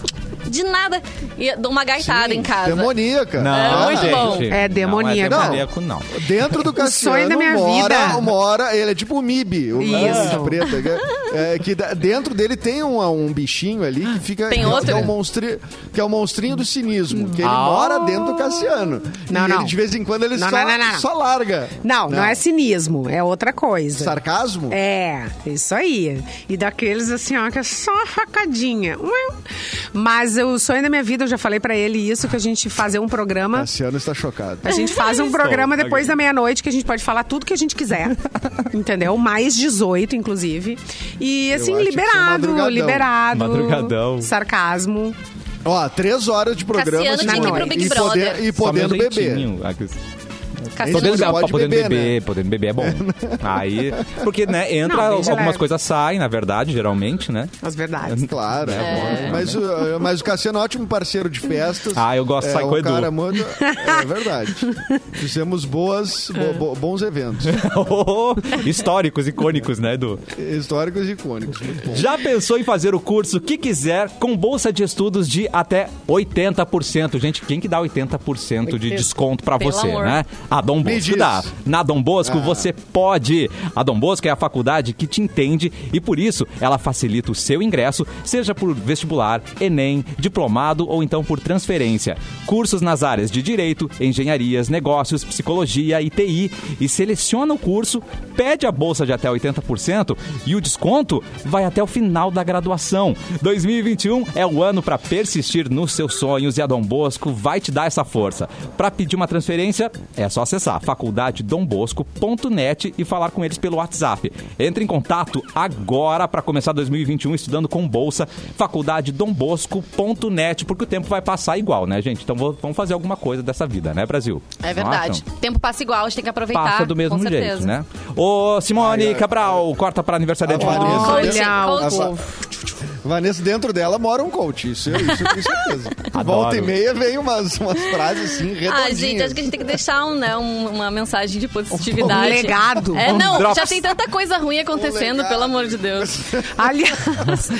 S3: de nada, e eu dou uma gaitada em casa.
S4: Demoníaca.
S1: Não,
S3: É muito
S1: gente,
S3: bom.
S1: não
S2: É demoníaco.
S1: Não, é demoníaco, não.
S4: Dentro do Cassiano
S2: sonho da minha
S4: mora,
S2: vida.
S4: mora- ele é tipo o MIB, o
S2: Isso.
S4: Mib preto, que, é, que da- dentro dele tem um, um bichinho ali que fica
S3: Tem
S4: que,
S3: outro?
S4: é o monstri, que é o monstrinho do cinismo, que ele
S1: Ah.
S4: mora dentro do Cassiano.
S2: Não,
S4: e
S2: não.
S4: ele de vez em quando ele
S2: Não,
S4: só,
S2: não, não, não, não.
S4: só larga.
S2: Não, não, é cinismo, é outra coisa.
S4: sarcasmo?
S2: É, isso aí. E daqueles assim, ó, que é só uma facadinha. Ué. Mas o sonho da minha vida, eu já falei pra ele isso, que a gente fazer um programa.
S4: Cassiano está chocado.
S2: A gente faz um programa depois da meia-noite que a gente pode falar tudo que a gente quiser. entendeu? Mais 18, inclusive. E assim,
S4: acho que isso é
S2: liberado,
S4: madrugadão.
S2: liberado.
S1: Madrugadão.
S2: Sarcasmo.
S4: Ó, três horas de programa
S3: Cassiano tá
S4: de
S2: tinha que ir
S4: noite.
S2: pro
S3: Big
S4: e,
S3: Brother.
S4: poder, e
S1: Só meu
S4: podendo beber.
S1: jeitinho, é aqui.
S3: Cassiano,
S4: Tô
S1: Podendo,
S4: dentro
S1: beber,
S4: pode
S1: podendo beber,
S4: beber,
S1: podendo beber é bom. Aí, porque, né, entra,
S2: Não, bem de
S1: algumas
S2: leve.
S1: coisas saem, na verdade, geralmente, né?
S2: As verdades.
S4: Claro.
S1: É.
S4: Mas, o, mas o Cassiano é um ótimo parceiro de festas.
S1: Ah, eu gosto,
S4: é,
S1: sai com o
S4: um
S1: Edu.
S4: cara muito- É verdade. Fizemos boas, bo-
S3: É.
S4: bo- bons eventos.
S1: Oh, Históricos, icônicos, né, Edu?
S4: Históricos e icônicos. Muito bom.
S1: Já pensou em fazer o curso que quiser com bolsa de estudos de até 80%? Gente, quem que dá 80% de desconto pra
S3: Pelo
S1: você,
S3: amor.
S1: né? A Dom
S4: Me
S1: Bosco
S4: diz.
S1: dá. Na Dom Bosco
S4: Ah.
S1: você pode. A Dom Bosco é a faculdade que te entende e por isso ela facilita o seu ingresso, seja por vestibular, ENEM, diplomado ou então por transferência. Cursos nas áreas de direito, engenharias, negócios, psicologia e TI e seleciona o curso, pede a bolsa de até 80% e o desconto vai até o final da graduação. 2021 é o ano para persistir nos seus sonhos e a Dom Bosco vai te dar essa força. Para pedir uma transferência, é só acessar faculdadedombosco.net e falar com eles pelo WhatsApp. Entre em contato agora para começar 2021 estudando com bolsa, faculdadedombosco.net, porque o tempo vai passar igual, né, gente? Então vou- vamos fazer alguma coisa dessa vida, né, Brasil?
S3: É
S1: Não
S3: verdade.
S1: acham?
S3: Tempo passa igual, a gente tem que aproveitar.
S1: Passa do mesmo
S3: com
S1: jeito,
S3: certeza.
S1: né? Ô, Simone Cabral, corta para aniversariante
S4: Ah,
S1: Vanessa.
S4: Vanessa.
S3: Coaching,
S2: Olha,
S3: coaching.
S4: Essa- Vanessa, dentro dela mora um coach. Isso, isso eu tenho certeza.
S1: Adoro.
S4: Volta e meia vem umas, umas frases assim, redondinhas.
S3: Ah, gente, acho que a gente tem que deixar um, né, um- uma mensagem de
S2: Um
S3: positividade.
S2: legado. Um
S3: É,
S1: Um
S3: não, já
S1: drops.
S3: tem tanta coisa ruim acontecendo,
S4: legado.
S3: pelo amor de Deus.
S2: Aliás,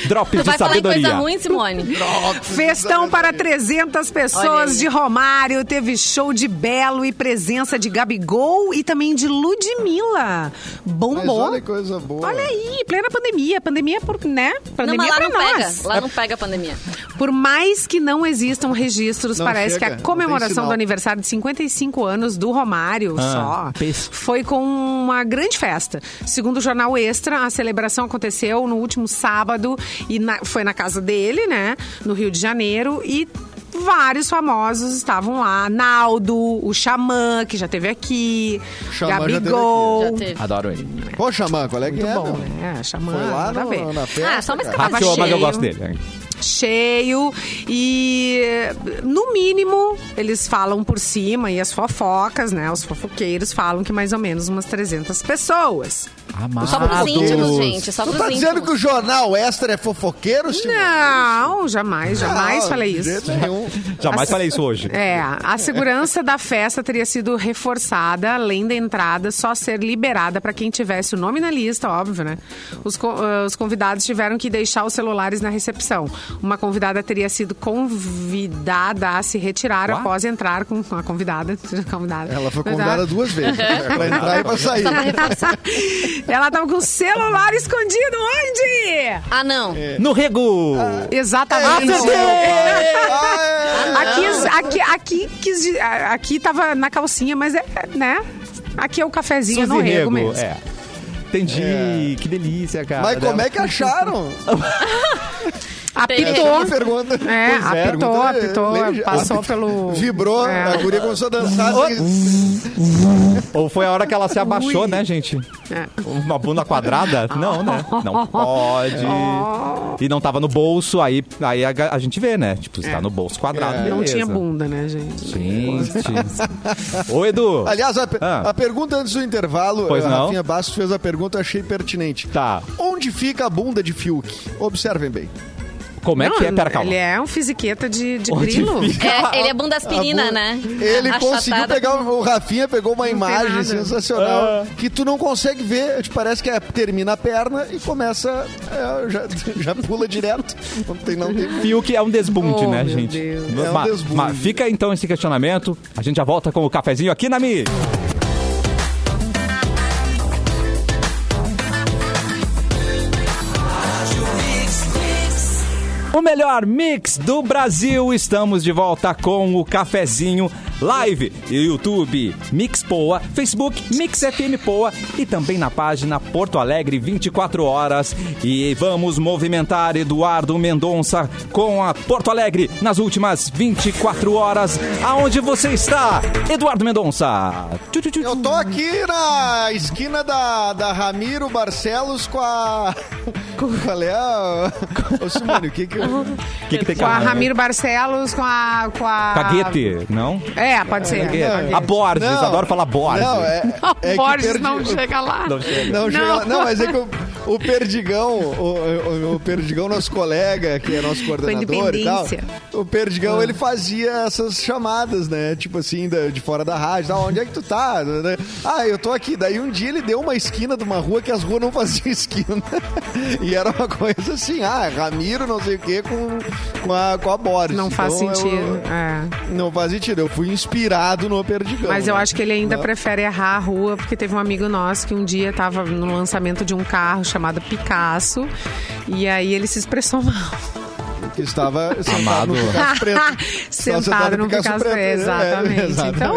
S1: Drops
S3: Tu
S1: de
S3: vai falar em
S1: sabedoria.
S3: coisa ruim, Simone?
S2: Festão para 300
S3: Olha aí.
S2: pessoas de Romário, teve show de Belo e presença de Gabigol e também de Ludmilla.
S4: Mas
S2: Bombou.
S4: olha que coisa boa.
S2: Olha aí, plena pandemia. Pandemia por, né?
S3: Não, mas
S2: Pandemia
S3: lá
S2: pra
S3: não
S2: nós.
S3: pega. Lá não pega a pandemia.
S2: Por mais que não existam registros,
S4: Não
S2: parece
S4: chega,
S2: que
S4: não
S2: a
S4: tem
S2: comemoração
S4: sinal.
S2: do aniversário de 55 anos do Romário
S1: Ah,
S2: só
S1: pes-
S2: foi com uma grande festa. Segundo o jornal Extra, a celebração aconteceu no último sábado e na- foi na casa dele, né, no Rio de Janeiro e Vários famosos estavam lá. Naldo, o Xamã, que já teve aqui.
S4: Xamã já teve
S2: Gabigol.
S3: Já teve.
S1: Adoro ele.
S4: Pô, Xamã, qual é que é?
S2: Bom,
S4: meu?
S2: né? Xamã,
S4: Foi lá
S2: nada a ver.
S4: no, na festa.
S3: Ah, só uma
S4: cara.
S3: escapada. Tava
S1: Rateou, mas eu
S3: cheio.
S1: gosto dele.
S2: cheio e no mínimo eles falam por cima e as fofocas, né? Os fofoqueiros falam que mais ou menos umas 300 pessoas.
S1: Amado.
S3: Só pros íntimos, gente. Só
S4: Tu
S3: pros
S4: tá dizendo que
S3: íntimos.
S4: o jornal extra é fofoqueiro, Simone?
S2: Não, jamais, jamais
S4: Não,
S2: falei
S4: Ah, de jeito
S2: isso.
S4: nenhum.
S1: Jamais falei isso hoje.
S2: É, a segurança da festa teria sido reforçada, além da entrada só ser liberada para quem tivesse o nome na lista, óbvio, né? Os, co- ah, os convidados tiveram que deixar os celulares na recepção. Uma convidada teria sido convidada a se retirar
S1: Uá.
S2: após entrar com a convidada. convidada.
S4: Ela foi convidada duas vezes. né? pra entrar e pra sair.
S2: Ela tava com o celular escondido
S4: É,
S2: onde?
S3: Ah, não.
S2: É.
S1: No rego!
S2: Exatamente.
S4: Ah,
S2: Aqui, é- aqui, aqui, quis di- a- aqui tava na calcinha, mas é, né? Aqui é o cafezinho no
S1: Suzy
S2: rego
S1: Rego,
S2: mesmo.
S1: é. Entendi, que delícia,
S4: é.
S1: cara.
S4: Mas como é que acharam?
S2: Ah,
S4: Essa
S2: apitou.
S4: é uma pergunta.
S2: Tá. É,
S4: Pois
S2: apitou,
S4: pergunta,
S2: apitou,
S4: leia-
S2: passou
S4: api-
S2: pelo-
S4: Vibrou,
S2: É.
S4: a guria começou a dançar. assim,
S1: Ou foi a hora que ela se abaixou,
S2: Ui.
S1: né, gente?
S2: É.
S1: Uma bunda quadrada? Não, né? Não pode.
S2: Oh.
S1: E não tava no bolso, aí, aí a, ga- a gente vê, né? Tipo, se tá no bolso quadrado,
S2: É. Não
S1: beleza.
S2: tinha bunda, né, gente?
S1: Gente. Ô, Edu.
S4: Aliás, a, pe-
S1: Ah.
S4: a pergunta antes do intervalo,
S1: Pois
S4: a
S1: não.
S4: Rafinha Bastos fez a pergunta, achei pertinente.
S1: Tá.
S4: Onde fica a bunda de Fiuk? Observem bem.
S1: Como é que é?
S2: Não,
S1: Pera, calma.
S2: Ele é um fisiqueta de, de
S1: Onde
S2: grilo.
S1: fica?
S3: É, ele é bunda aspirina,
S4: A bu-
S3: né?
S4: Ele
S3: Achatada.
S4: conseguiu pegar, um, o Rafinha pegou uma imagem
S2: nada.
S4: sensacional
S1: Ah.
S4: que tu não consegue ver, te parece que é, termina a perna e começa, é, já, já pula direto. Não tem, não tem
S1: Fiuk é um desbunde,
S2: Oh,
S1: né,
S2: meu
S1: gente?
S2: Deus.
S1: Mas-
S4: É um desbunde.
S1: mas fica então esse questionamento. A gente já volta com o cafezinho aqui na Mi. O melhor mix do Brasil. Estamos de volta com o cafezinho live, YouTube Mix Poa, Facebook Mix FM Poa e também na página Porto Alegre 24 horas. E vamos movimentar Eduardo Mendonça com a Porto Alegre nas últimas 24 horas. Aonde você está, Eduardo Mendonça? Tchu, tchu, tchu, tchu.
S4: Eu tô aqui na esquina da, da Ramiro Barcelos com a. Qual é a. Ô, Simone, o que que. eu-
S1: O que, que tem que
S2: Com a
S1: arrumar?
S2: Ramiro Barcelos, com a. Com a.
S1: Ah, é. Caguete, não?
S2: É, pode ser.
S1: Caguete. A Borges,
S4: Não.
S1: adoro falar Borges.
S4: Não, é.
S2: O
S4: é que
S2: Borges
S4: perdi-
S2: não chega lá.
S1: Não chega.
S4: Não, chega
S2: Não.
S4: lá. não, mas é que o, o Perdigão, o, o- o Perdigão, nosso colega, que é nosso coordenador e tal,
S2: independência. Ah.
S4: o Perdigão, ele fazia essas chamadas, né? Tipo assim, da- de fora da rádio, tal, onde é que tu tá? Ah, eu tô aqui. Daí um dia ele deu uma esquina de uma rua que as ruas não faziam esquina. E era uma coisa assim, ah, Ramiro não sei o quê com, com, a, com a Borges.
S2: Não faz
S4: Então, eu-
S2: sentido. é.
S4: não faz sentido. Eu fui inspirado no Perdigão.
S2: Mas eu
S4: né?
S2: acho que ele ainda
S4: Não.
S2: prefere errar a rua, porque teve um amigo nosso que um dia tava no lançamento de um carro chamado Picasso. E aí ele se expressou mal.
S4: que estava sentado
S1: Amado.
S4: no Picasso Preto.
S2: Sentado no Picasso Preto. Exatamente. Então,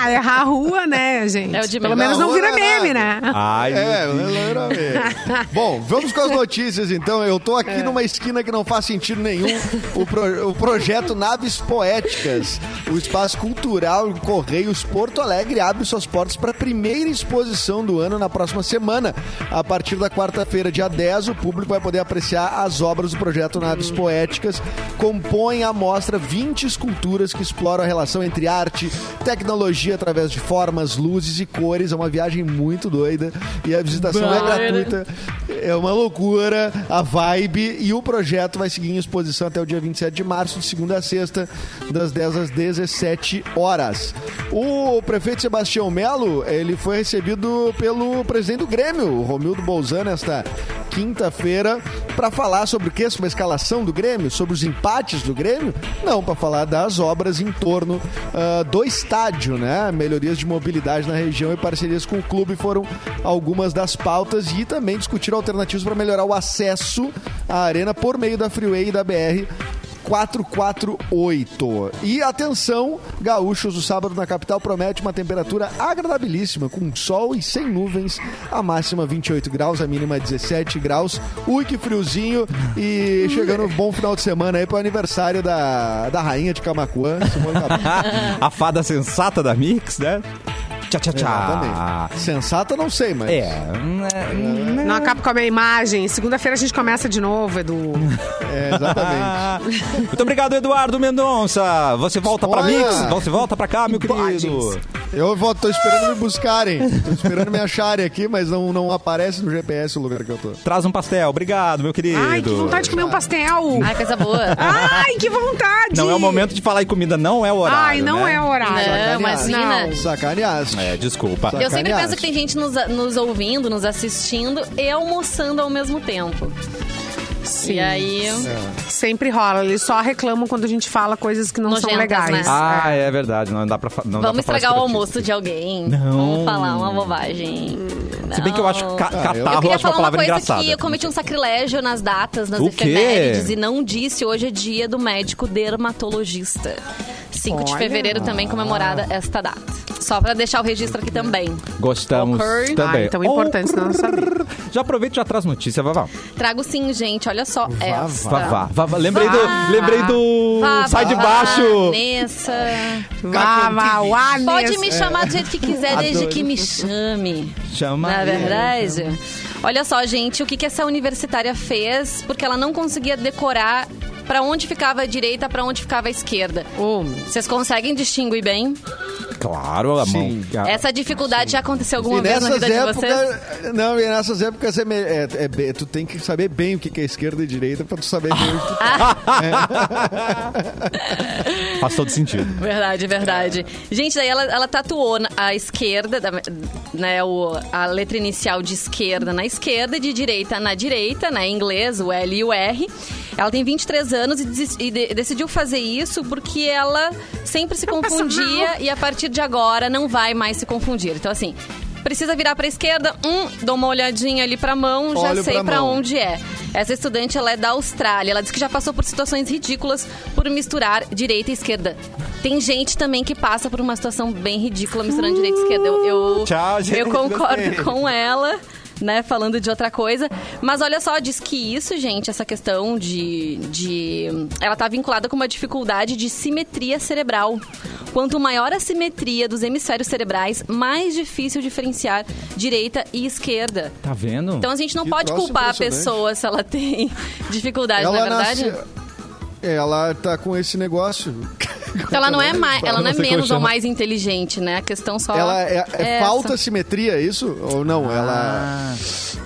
S2: ah, errar a rua, né, gente?
S3: É o de
S2: Pelo
S3: melhor.
S2: menos não
S4: Não,
S2: vira
S4: não é
S2: meme, né?
S4: nada.
S1: Ai,
S4: É,
S1: meu Deus.
S4: loira mesmo. Bom, vamos com as notícias então. Eu tô aqui numa esquina que não faz sentido nenhum. O, pro- o projeto Naves Poéticas, o espaço cultural em Correios Porto Alegre abre suas portas para a primeira exposição do ano na próxima semana. A partir da quarta-feira, dia 10, o público vai poder apreciar as obras do projeto Naves Poéticas. Compõe a mostra 20 esculturas que exploram a relação entre arte, tecnologia através de formas, luzes e cores. É uma viagem muito doida e a visitação é gratuita. É uma loucura a vibe e o projeto vai seguir em exposição até o dia 27 de março, de segunda a sexta, das 10 às 17 horas. O prefeito Sebastião Melo, ele foi recebido pelo presidente do Grêmio, o Romildo Bolzano, nesta quinta-feira, para falar sobre o que? Sobre a escalação do Grêmio? Sobre os empates do Grêmio? Não, para falar das obras em torno ah, do estádio, né? Melhorias de mobilidade na região e parcerias com o clube foram algumas das pautas e também discutir alternativas para melhorar o acesso à arena por meio da Freeway e da BR 448. E atenção, gaúchos, o sábado na capital promete uma temperatura agradabilíssima, com sol e sem nuvens. A máxima 28 graus, a mínima 17 graus. Ui, que friozinho! E chegando um bom final de semana aí pro aniversário da, da rainha de Camacuã, Simone Cabral.
S1: a fada sensata da Mix, né? Tchá, tchá, tchá.
S4: Exatamente. Sensata, não sei, mas.
S1: Tá. É. né?
S2: Não acaba com é a minha imagem. Segunda-feira a gente começa de novo, Edu.
S4: É, exatamente.
S1: Ah, Muito obrigado, Eduardo Mendonça. Você volta pra
S4: Olha.
S1: Mix? Você volta pra cá, meu
S2: Pode.
S1: querido.
S4: Eu vou, tô esperando me buscarem. Tô esperando me acharem aqui, mas não, não aparece no GPS o lugar que eu tô.
S1: Traz um pastel. Obrigado, meu querido.
S2: Ai, que vontade de comer um pastel.
S3: Ai, Ah, coisa boa.
S1: Ah,
S2: Ai, que vontade.
S1: Não é o momento de falar em comida, não é o horário.
S2: Ai, não
S1: né?
S2: é o horário.
S3: Não, imagina.
S4: Sacaneaste.
S1: É, desculpa.
S4: Só-
S3: Eu sempre
S4: Sacaneagem.
S3: penso que tem gente nos, nos ouvindo, nos assistindo e almoçando ao mesmo tempo.
S2: Sim.
S3: E aí.
S1: É.
S2: Sempre rola. Eles só reclamam quando a gente fala coisas que não são
S3: Nojentas,
S2: legais.
S3: né?
S1: Ah, é verdade. Não dá pra, fa- não dá
S3: Vamos
S1: pra falar
S3: estragar o
S1: escrotice.
S3: almoço de alguém.
S1: Não.
S3: Vamos falar uma bobagem.
S1: Se bem que eu acho
S3: Não.
S1: que ca-
S4: Ah, eu-
S1: catarro,
S3: Eu
S1: eu
S3: queria
S1: acho uma
S3: falar uma
S1: palavra é
S3: coisa
S1: engraçada.
S3: que eu cometi um sacrilégio nas datas, nas
S1: O quê?
S3: efemérides, e não disse hoje é dia do médico dermatologista. 5 de
S2: Olha.
S3: fevereiro também comemorada esta data. Só pra deixar o registro aqui também.
S1: Gostamos
S3: Occur.
S1: também. Oh,
S2: Ah, então é importante, senão eu não sabia.
S1: Já aproveita e já traz notícia, Vavá.
S3: Trago sim, gente. Olha só essa.
S1: Vavá. Vavá. Lembrei do, lembrei do
S3: Vá,
S1: Sai de
S3: vá,
S1: Baixo.
S3: Vanessa.
S2: Vá, vá, vá,
S3: Pode
S2: Vanessa.
S3: me chamar do jeito que quiser, desde
S1: É. Adoro.
S3: que me chame.
S1: Chama
S3: Na
S1: ele.
S3: é verdade. Olha só, gente, o que, que essa universitária fez? Porque ela não conseguia decorar pra onde ficava a direita, pra onde ficava a esquerda.
S2: Ô,
S3: Vocês conseguem distinguir bem?
S1: Claro, a mão.
S4: Sim.
S1: a-
S3: Essa dificuldade já aconteceu alguma
S4: E
S3: vez na
S4: nessas
S3: vida de vocês?
S4: épocas. Não, e nessas épocas é, me- é- é be- tu tem que saber bem o que que é esquerda e direita pra tu saber
S3: Ah,
S4: bem o que tu
S1: Faz todo sentido.
S3: Verdade, verdade. Gente, daí ela, ela tatuou na- a esquerda, da- né, o, a letra inicial de esquerda na esquerda e de direita na direita, né, em inglês, o L e o R. Ela tem 23 anos e, desis- e de- decidiu fazer isso porque ela sempre se confundia e a partir de agora não vai mais se confundir. Então, assim, precisa virar pra esquerda, hum, dou uma olhadinha ali pra mão, já
S4: Olho
S3: sei
S4: pra
S3: pra
S4: mão.
S3: onde onde é. Essa estudante ela é da Austrália. Ela disse que já passou por situações ridículas por misturar direita e esquerda. Tem gente também que passa por uma situação bem ridícula misturando direita e esquerda. Eu, eu,
S1: Tchau, gente,
S3: eu concordo
S1: gostei.
S3: com ela. Né, falando de outra coisa. Mas olha só, diz que isso, gente, essa questão de. de ela tá vinculada com uma dificuldade de simetria cerebral. Quanto maior a simetria dos hemisférios cerebrais, mais difícil diferenciar direita e esquerda.
S1: Tá vendo?
S3: Então a gente não
S4: Que
S3: pode
S4: troço
S3: culpar a
S4: impressionante.
S3: pessoa se ela tem dificuldade, na é verdade.
S4: nasce- Ela tá com esse negócio.
S3: Então ela não é mais, ela não é
S1: Não sei como
S3: menos ou
S1: chama.
S3: mais inteligente, né? A questão só
S4: Ela é, é
S3: essa.
S4: falta simetria, é isso? Ou não? Ela.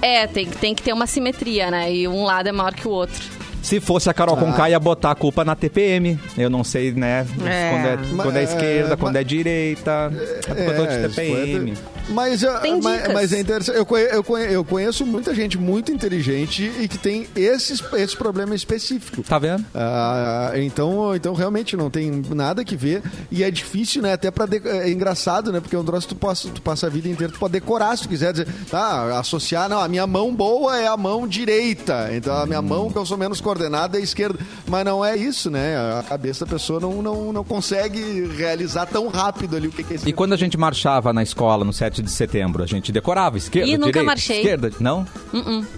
S3: É, tem, tem que ter uma simetria, né? E um lado é maior que o outro.
S1: Se fosse a Carol Conká, ia botar a culpa na TPM. Eu não sei, né?
S2: É.
S1: Quando, é,
S4: Ma-
S1: quando é esquerda,
S4: ma-
S1: quando é direita. É, culpa de
S4: isso foi
S1: TPM.
S4: até- Mas, ah,
S3: Tem
S4: mas,
S3: dicas.
S4: mas é interessante. Eu, conhe- eu, conhe- eu conheço muita gente muito inteligente e que tem esses, esse problema específico.
S1: Tá vendo?
S4: Ah, então, então realmente não tem nada que ver e é difícil, né? Até para é engraçado, né? Porque é um troço que tu passa, tu passa a vida inteira, tu pode decorar se tu quiser dizer, tá, associar, não, a minha mão boa é a mão direita, então a minha mão que eu sou menos coordenada é a esquerda, mas não é isso, né? A cabeça da pessoa não, não, não consegue realizar tão rápido ali o que, que é isso.
S1: E quando a gente marchava na escola no 7 de setembro, a gente decorava esquerda,
S3: Ih, nunca
S1: direita,
S3: marchei. Uh-uh.
S1: esquerda. Não?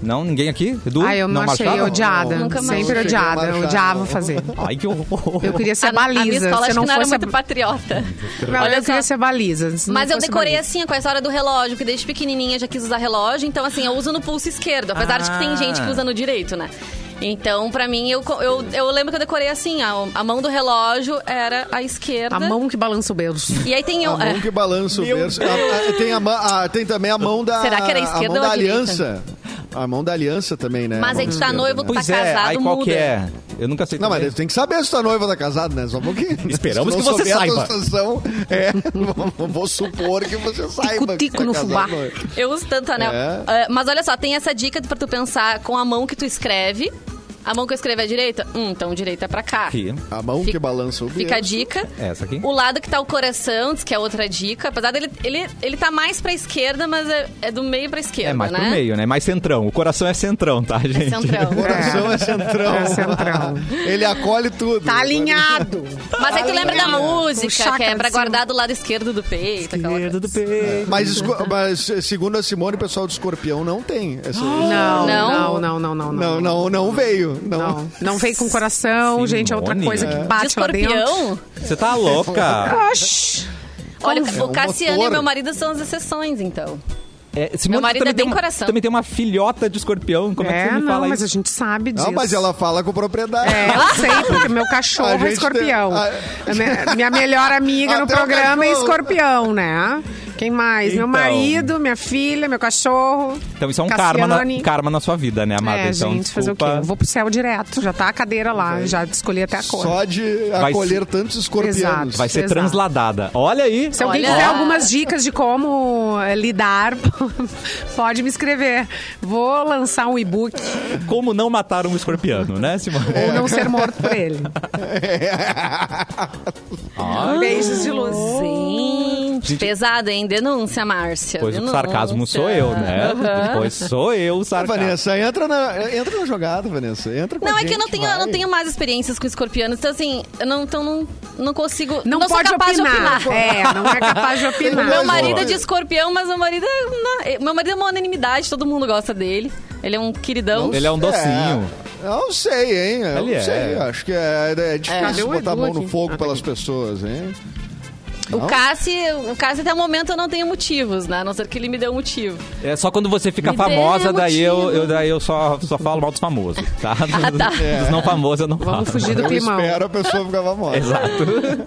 S1: Não? Ninguém aqui? Edu?
S2: Ah, eu
S1: não
S2: marchei
S1: marchava?
S2: odiada.
S3: Nunca mais.
S2: Sempre odiada.
S4: Cheguei a
S2: Eu
S4: marchar,
S2: odiava
S4: não.
S2: fazer.
S1: Ai, que horror.
S2: Eu queria ser
S3: a,
S2: baliza.
S3: a minha escola
S2: se
S3: acho
S2: não
S3: que não era
S2: fosse a-
S3: muito patriota.
S2: Não,
S3: Olha
S2: eu queria
S3: só.
S2: ser baliza. se não
S3: Mas eu
S2: fosse
S3: decorei
S2: baliza.
S3: assim, ó, com essa hora do relógio, que desde pequenininha já quis usar relógio. Então, assim, eu uso no pulso esquerdo, apesar de que
S1: Ah.
S3: tem gente que usa no direito, né? Então, pra mim, eu, co- eu, eu lembro que eu decorei assim, a, a mão do relógio era a esquerda.
S2: A mão que balança o berço.
S3: E aí tem...
S4: A
S3: o- é.
S4: mão que balança o berço. A- a- tem, a ma- a- tem também a mão da.
S3: Será que era a esquerda
S4: mão
S3: ou a
S4: da
S3: direita?
S4: aliança. A mão da aliança também, né?
S3: Mas
S4: A
S3: aí
S4: mão
S3: tu tá
S4: esquerda,
S3: noivo,
S4: né?
S3: tu tá
S1: Pois é,
S3: casado,
S1: aí qual
S3: muda.
S1: que é? Eu nunca sei. é.
S4: Não,
S1: também.
S4: mas tem que saber se tua noiva tá casada, né? Só um pouquinho.
S1: Esperamos
S4: Se
S1: que
S4: não
S1: você
S4: souber a tua
S1: saiba.
S4: Situação, é, vou- vou supor que você saiba. que
S2: tico
S4: tá
S2: no
S4: casado,
S2: fubá.
S4: não é?
S3: Eu uso tanto anel.
S4: É.
S3: Ah, mas olha só, tem essa dica pra tu pensar com a mão que tu escreve. A mão que eu escrevo é a direita? Hum, então direita é pra cá.
S1: Aqui. É
S4: A mão
S3: Fica-
S4: que balança o berço.
S3: Fica a dica.
S1: Essa aqui.
S3: O lado que tá o coração, diz que é outra dica. Apesar dele, ele, ele tá mais pra esquerda, mas é, é do meio pra esquerda,
S1: É mais
S3: né?
S1: pro meio, né? Mais centrão. O coração é centrão, tá, gente?
S3: Centrão.
S4: Coração é, centrão.
S2: É centrão.
S4: Ele acolhe tudo.
S2: Tá alinhado.
S3: Mas aí tu lembra da música, que
S2: chakra
S3: é pra
S2: de cima.
S3: guardar do lado esquerdo do peito. aquela
S1: Esquerda do
S3: coisa.
S1: peito.
S4: Mas, esco- mas, segundo a Simone, o pessoal do escorpião não tem. Essa...
S2: Não, não,
S3: Não?
S2: não, não, não.
S4: Não, não, não veio. Não.
S2: Não, não vem com coração,
S1: Simone. né?
S2: gente, é outra coisa que bate
S3: De
S2: lá dentro.
S3: escorpião?
S1: Você tá louca.
S2: Oxi.
S3: Olha,
S4: É
S3: o
S4: um
S3: Cassiano e
S4: motor.
S3: meu marido são as exceções, então.
S1: É, Simone,
S3: Meu
S1: tu
S3: marido
S1: também
S3: é
S1: tem
S3: bem
S1: uma,
S3: coração.
S1: Também tem uma filhota de escorpião. Como é
S2: É,
S1: que você me
S2: não,
S1: fala
S2: mas
S1: isso?
S2: a gente sabe disso.
S4: Não, mas ela fala com propriedade.
S2: É, eu sei, porque meu
S4: A
S2: cachorro
S4: gente
S2: é escorpião.
S4: tem-
S2: A Minha, minha melhor amiga no
S4: Até o
S2: programa é
S4: cachorro.
S2: escorpião, né? Quem mais?
S1: Então.
S2: Meu marido, minha filha, meu cachorro.
S1: Então isso é um karma
S2: Cassiane.
S1: na, karma na sua vida, né, amada?
S2: É,
S1: então,
S2: gente, fazer o quê?
S1: desculpa.
S2: Eu vou pro céu direto. Já tá a cadeira lá, já escolhi até a cor.
S4: Só de
S1: Vai
S4: acolher
S1: ser-
S4: tantos escorpianos.
S2: Exato.
S1: Vai ser
S2: Exato.
S1: transladada. Olha aí.
S2: Se alguém
S3: Olha.
S2: quiser algumas dicas de como eh, lidar, pode me escrever. Vou lançar um e-book
S1: Como não matar um escorpiano, né, Simone?
S2: ou não ser morto por ele. Beijos de luz.
S3: Gente, pesado, hein? Denúncia, Márcia.
S1: Pois o
S3: Denúncia. Uhum.
S1: sarcasmo sou eu, né?
S3: Aham.
S1: Pois sou eu o
S4: Ah,
S1: sarcasmo.
S4: Vanessa, entra na, entra na jogada, Vanessa. Entra com a
S3: Não, é
S4: gente,
S3: que eu não tenho, eu
S4: vai.
S3: não tenho mais experiências com escorpianos. Então, assim, eu não, então não, não consigo.
S2: Não,
S3: não
S2: pode
S3: sou capaz
S2: opinar.
S3: de opinar.
S2: É, não é capaz de opinar.
S3: Meu
S4: Mas,
S3: marido
S4: ó,
S3: é de escorpião, mas meu marido é. não, Meu marido é uma unanimidade, todo mundo gosta dele. Ele é um queridão.
S1: Ele é um docinho.
S4: É, eu não sei, hein? Eu
S1: Ele
S4: não sei.
S1: é.
S4: Acho que é, é difícil
S3: um
S2: Cadê o
S4: botar a
S2: Edu
S4: mão no
S2: aqui?
S4: fogo pelas pessoas, hein?
S1: um
S3: O Cássio, o Cássio, até o momento, eu não tenho motivos, né? A não ser que ele me dê um motivo.
S1: É só quando você fica
S3: Me dê
S1: famosa, daí eu,
S3: motivo.
S1: eu, daí eu só, só falo mal dos famosos, tá? Dos,
S3: tá.
S4: É.
S1: dos não famosos eu não falo.
S2: Ah, Vamos fugir do
S4: Eu
S2: climão.
S4: espero a pessoa ficar famosa.
S1: Exato.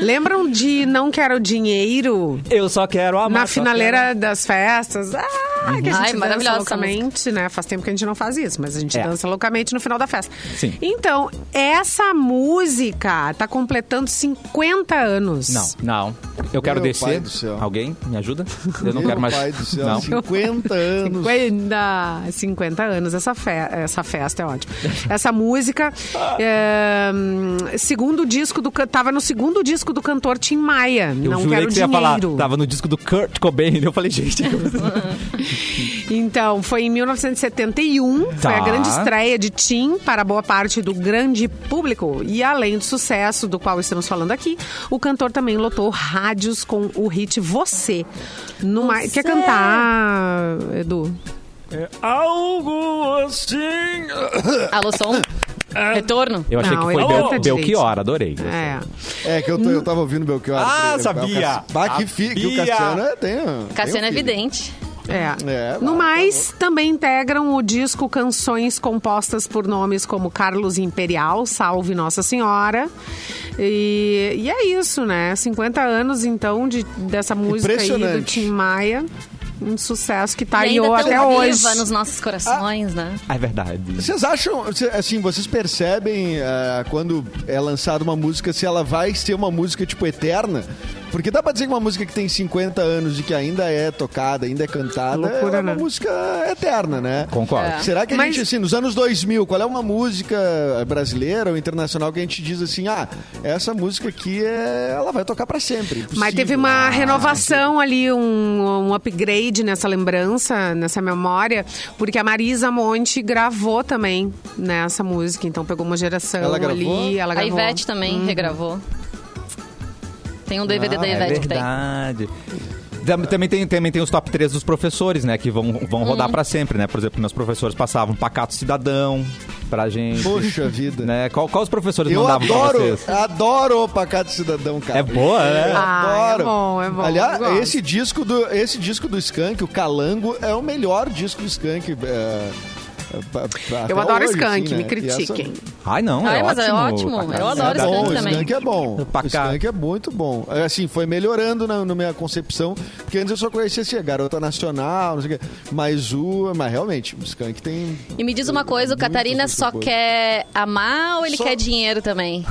S2: Lembram de Não Quero Dinheiro?
S1: Eu só quero amar.
S2: Na
S1: só
S2: finaleira das festas. Ah, que a gente
S3: Uhum. Ai,
S2: dança
S3: maravilhosa essa
S2: loucamente, né? Faz tempo que a gente não faz isso, mas a gente
S1: É.
S2: dança loucamente no final da festa.
S1: Sim.
S2: Então, essa música tá completando 50 anos.
S1: Quero... Não, não. Eu quero
S4: Meu
S1: descer.
S4: pai do céu.
S1: Alguém me ajuda? Eu não
S4: Meu
S1: quero mais.
S4: pai do céu, assim.
S1: não.
S4: 50 anos.
S2: 50, 50 anos, essa, fe essa festa é ótima. Essa música, é, hum, segundo disco do... can- Tava no segundo disco do cantor Tim Maia,
S1: Eu
S2: Não
S1: jurei
S2: Quero
S1: que você ia
S2: Dinheiro.
S1: falar. tá. Tava no disco do Kurt Cobain. né? Eu falei, gente.
S2: Então, foi em 1971, foi a
S1: Tá.
S2: grande estreia de Tim para boa parte do grande público. E além do sucesso do qual estamos falando aqui, o cantor também lotou rádios com o hit Você. Numa...
S3: Você.
S2: Quer cantar, Edu?
S5: Algo assim.
S3: Alô, som?
S2: Ah.
S3: Retorno?
S1: Eu achei
S2: Não,
S1: que foi
S2: ele
S1: Bel...
S2: canta
S1: Belchior, adorei.
S2: É.
S4: É, que eu, tô, eu tava ouvindo meu Belchior.
S1: Ah,
S4: Eu tava-
S1: sabia!
S4: Bah, que, fi, que o
S1: Sabia!
S4: Cassiano é, tem. um-
S3: Cassiano é
S4: tem um filho.
S3: evidente.
S2: É.
S4: É,
S2: no
S4: vai,
S2: mais, também integram o disco canções compostas por nomes como Carlos Imperial, Salve Nossa Senhora. E, e é isso, né? 50 anos, então, de, dessa música aí do
S4: Impressionante.
S2: Tim Maia. Um sucesso que tá
S3: E
S2: aí
S3: ainda tão
S2: até
S3: viva
S2: hoje.
S3: nos nossos corações, né?
S1: É verdade.
S4: Vocês acham, assim, vocês percebem ah, quando é lançada uma música se ela vai ser uma música, tipo, eterna? Porque dá pra dizer que uma música que tem 50 anos e que ainda é tocada, ainda é cantada,
S2: Loucura,
S4: ela é uma
S2: né?
S4: música eterna, né?
S1: Concordo.
S3: É.
S4: Será que a
S2: Mas-
S4: gente, assim, nos anos 2000, qual é uma música brasileira ou internacional que a gente diz assim, ah, essa música aqui, é, ela vai tocar pra sempre. é impossível.
S2: Mas teve uma
S4: Ah,
S2: renovação ali, um, um upgrade nessa lembrança, nessa memória, porque a Marisa Monte gravou também né, essa música, então pegou uma geração
S4: Ela gravou?
S2: ali. Ela
S3: A
S2: gravou.
S3: Ivete também
S4: Uhum.
S3: regravou. Tem um DVD da
S4: Ah, é
S3: Ivete que tem.
S1: verdade. Tam- Também tem, também tem os top 3 dos professores, né? Que vão, vão rodar
S3: Uhum.
S1: pra sempre, né? Por exemplo, meus professores passavam Pacato Cidadão pra gente.
S4: Ah, Poxa vida.
S1: Né? Qual, qual os professores
S4: Eu
S1: mandavam pra
S4: adoro,
S1: vocês?
S4: adoro o Pacato Cidadão, cara.
S1: É boa, né?
S4: Eu
S2: Ah,
S4: adoro.
S2: é bom, é bom, eu
S4: Aliás,
S2: gosto.
S4: esse disco, do, esse disco do Skank, o Calango, é o melhor disco do Skank. é, pa- pa-
S2: Eu
S4: até
S2: adoro
S4: hoje,
S2: Skank,
S4: assim,
S2: me
S4: né?
S2: critiquem.
S4: E essa-
S1: Ai, não,
S3: Ai,
S1: é
S3: mas é
S1: ótimo.
S3: ótimo.
S1: Pacato
S3: Eu adoro
S1: Cidadão.
S4: Bom,
S3: Skank
S4: o
S3: também.
S4: Skank é bom.
S1: O Pacato.
S4: O Skank é muito bom. É, Assim, foi melhorando na, na minha concepção, porque antes eu só conhecia assim, a Garota Nacional, não sei o quê. Mas o... Mas realmente, o Skank tem...
S3: E me diz uma coisa, o
S4: Muitas
S3: Catarina
S4: outras
S3: só
S4: coisas.
S3: quer amar ou ele
S4: Só-
S3: quer dinheiro também?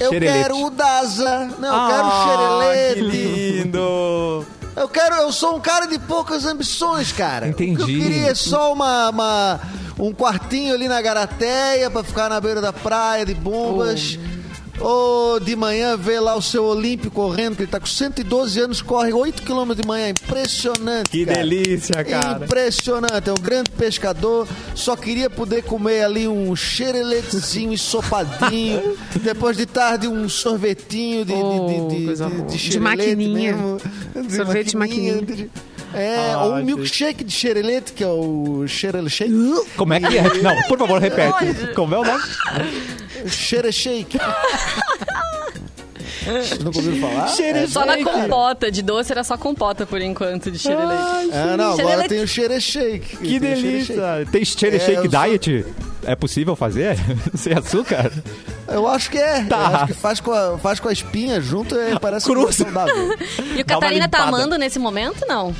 S4: Eu
S1: Xerelete.
S4: quero o Daza. Não, eu
S1: Ah,
S4: quero
S1: que
S4: o Xerelete.
S1: lindo!
S4: Eu quero, eu sou um cara de poucas ambições, cara.
S1: Entendi.
S4: O que eu queria é só uma, uma- um quartinho ali na Garateia pra ficar na beira da praia de bombas.
S1: Oh.
S4: Ou de manhã ver lá o seu Olímpio correndo, que ele tá com 112 anos, corre 8 km de manhã. Impressionante.
S1: Que
S4: cara.
S1: delícia, cara.
S4: Impressionante, é um grande pescador. Só queria poder comer ali um xereletezinho ensopadinho. Depois de tarde, um sorvetinho de, de-
S2: Oh,
S4: de, de,
S2: coisa
S4: de-
S2: boa.
S4: de
S2: De
S4: xerelete
S2: maquininha.
S4: mesmo. De
S2: Sorvete de maquininha.
S4: de- É, ou um milkshake de xerelete, que é o xereleshake.
S1: Como é que é? Não, por favor, repete. Como é o nome?
S4: Xereshake. Vocês nunca ouviram falar?
S3: Só na compota, de doce era só compota por enquanto, de xerelete.
S4: Ah, não, agora
S3: Xerelete.
S4: tem o xereshake.
S1: Que
S4: Tem o
S1: delícia! Tem Cherry
S4: É,
S1: Shake
S4: eu sou-
S1: Diet? É possível fazer? Sem açúcar?
S4: Eu acho que é.
S1: Tá.
S4: Eu acho que faz com a, faz com a espinha junto e parece
S1: Cruz.
S4: que é saudável.
S3: E o
S1: Dá uma
S3: Catarina tá
S1: limpada.
S3: amando nesse momento? Não.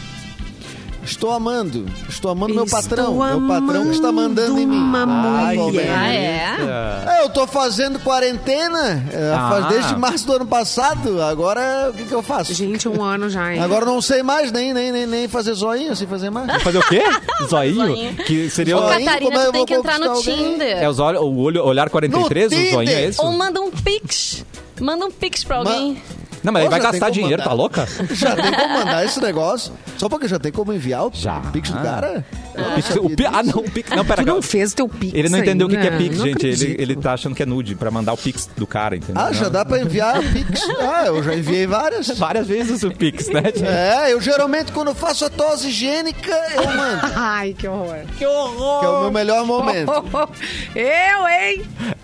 S4: Estou amando. Estou amando meu
S2: Estou
S4: patrão. Meu patrão que está mandando em mim.
S2: amando uma
S4: Ai,
S2: mulher.
S4: bem.
S3: Ah, é?
S4: É, Eu tô fazendo quarentena é,
S1: Ah.
S4: faz desde março do ano passado. Agora o que, que eu faço?
S2: Gente, um ano já, hein?
S4: Agora não sei mais nem, nem, nem, nem fazer zoinho, sem fazer mais.
S1: Fazer o quê? Zoinho?
S3: Zoinho.
S1: Que seria
S3: Ô,
S1: o...
S4: Zoinho. como é
S3: Catarina,
S4: eu
S3: tu tem
S4: vou
S3: que entrar no
S4: conquistar alguém?
S3: Tinder.
S1: É os olho, o olho, olhar 43,
S4: No
S1: o zoinho é
S4: Tinder.
S1: esse?
S3: Ou manda um pix. Manda um pix pra alguém.
S1: Não, mas aí
S4: Ô,
S1: vai
S4: já tem
S1: gastar
S4: como
S1: dinheiro,
S4: mandar.
S1: tá louca?
S4: Já tem como mandar esse negócio? Só porque já tem como enviar o
S1: Já.
S4: Pix do cara? Eu
S1: O
S4: não
S1: Pix-
S4: sabia
S1: o Pi- ah,
S4: disso.
S1: não, o Pix. Não, pera,
S2: Tu não
S1: cara.
S2: fez o teu pix
S1: Ele não entendeu o que,
S2: ainda.
S1: que
S4: né?
S1: é Pix,
S2: Não
S1: gente. Ele,
S2: acredito.
S1: ele tá achando que é nude pra mandar o Pix do cara, entendeu?
S4: Ah, já
S1: Não.
S4: dá pra enviar Pix. Ah, eu já enviei várias.
S1: Várias vezes o Pix, né, gente?
S4: É, eu geralmente quando eu faço a tosse higiênica, eu mando.
S2: Ai, que horror.
S1: Que horror!
S4: Que é o meu melhor momento.
S2: Eu, hein?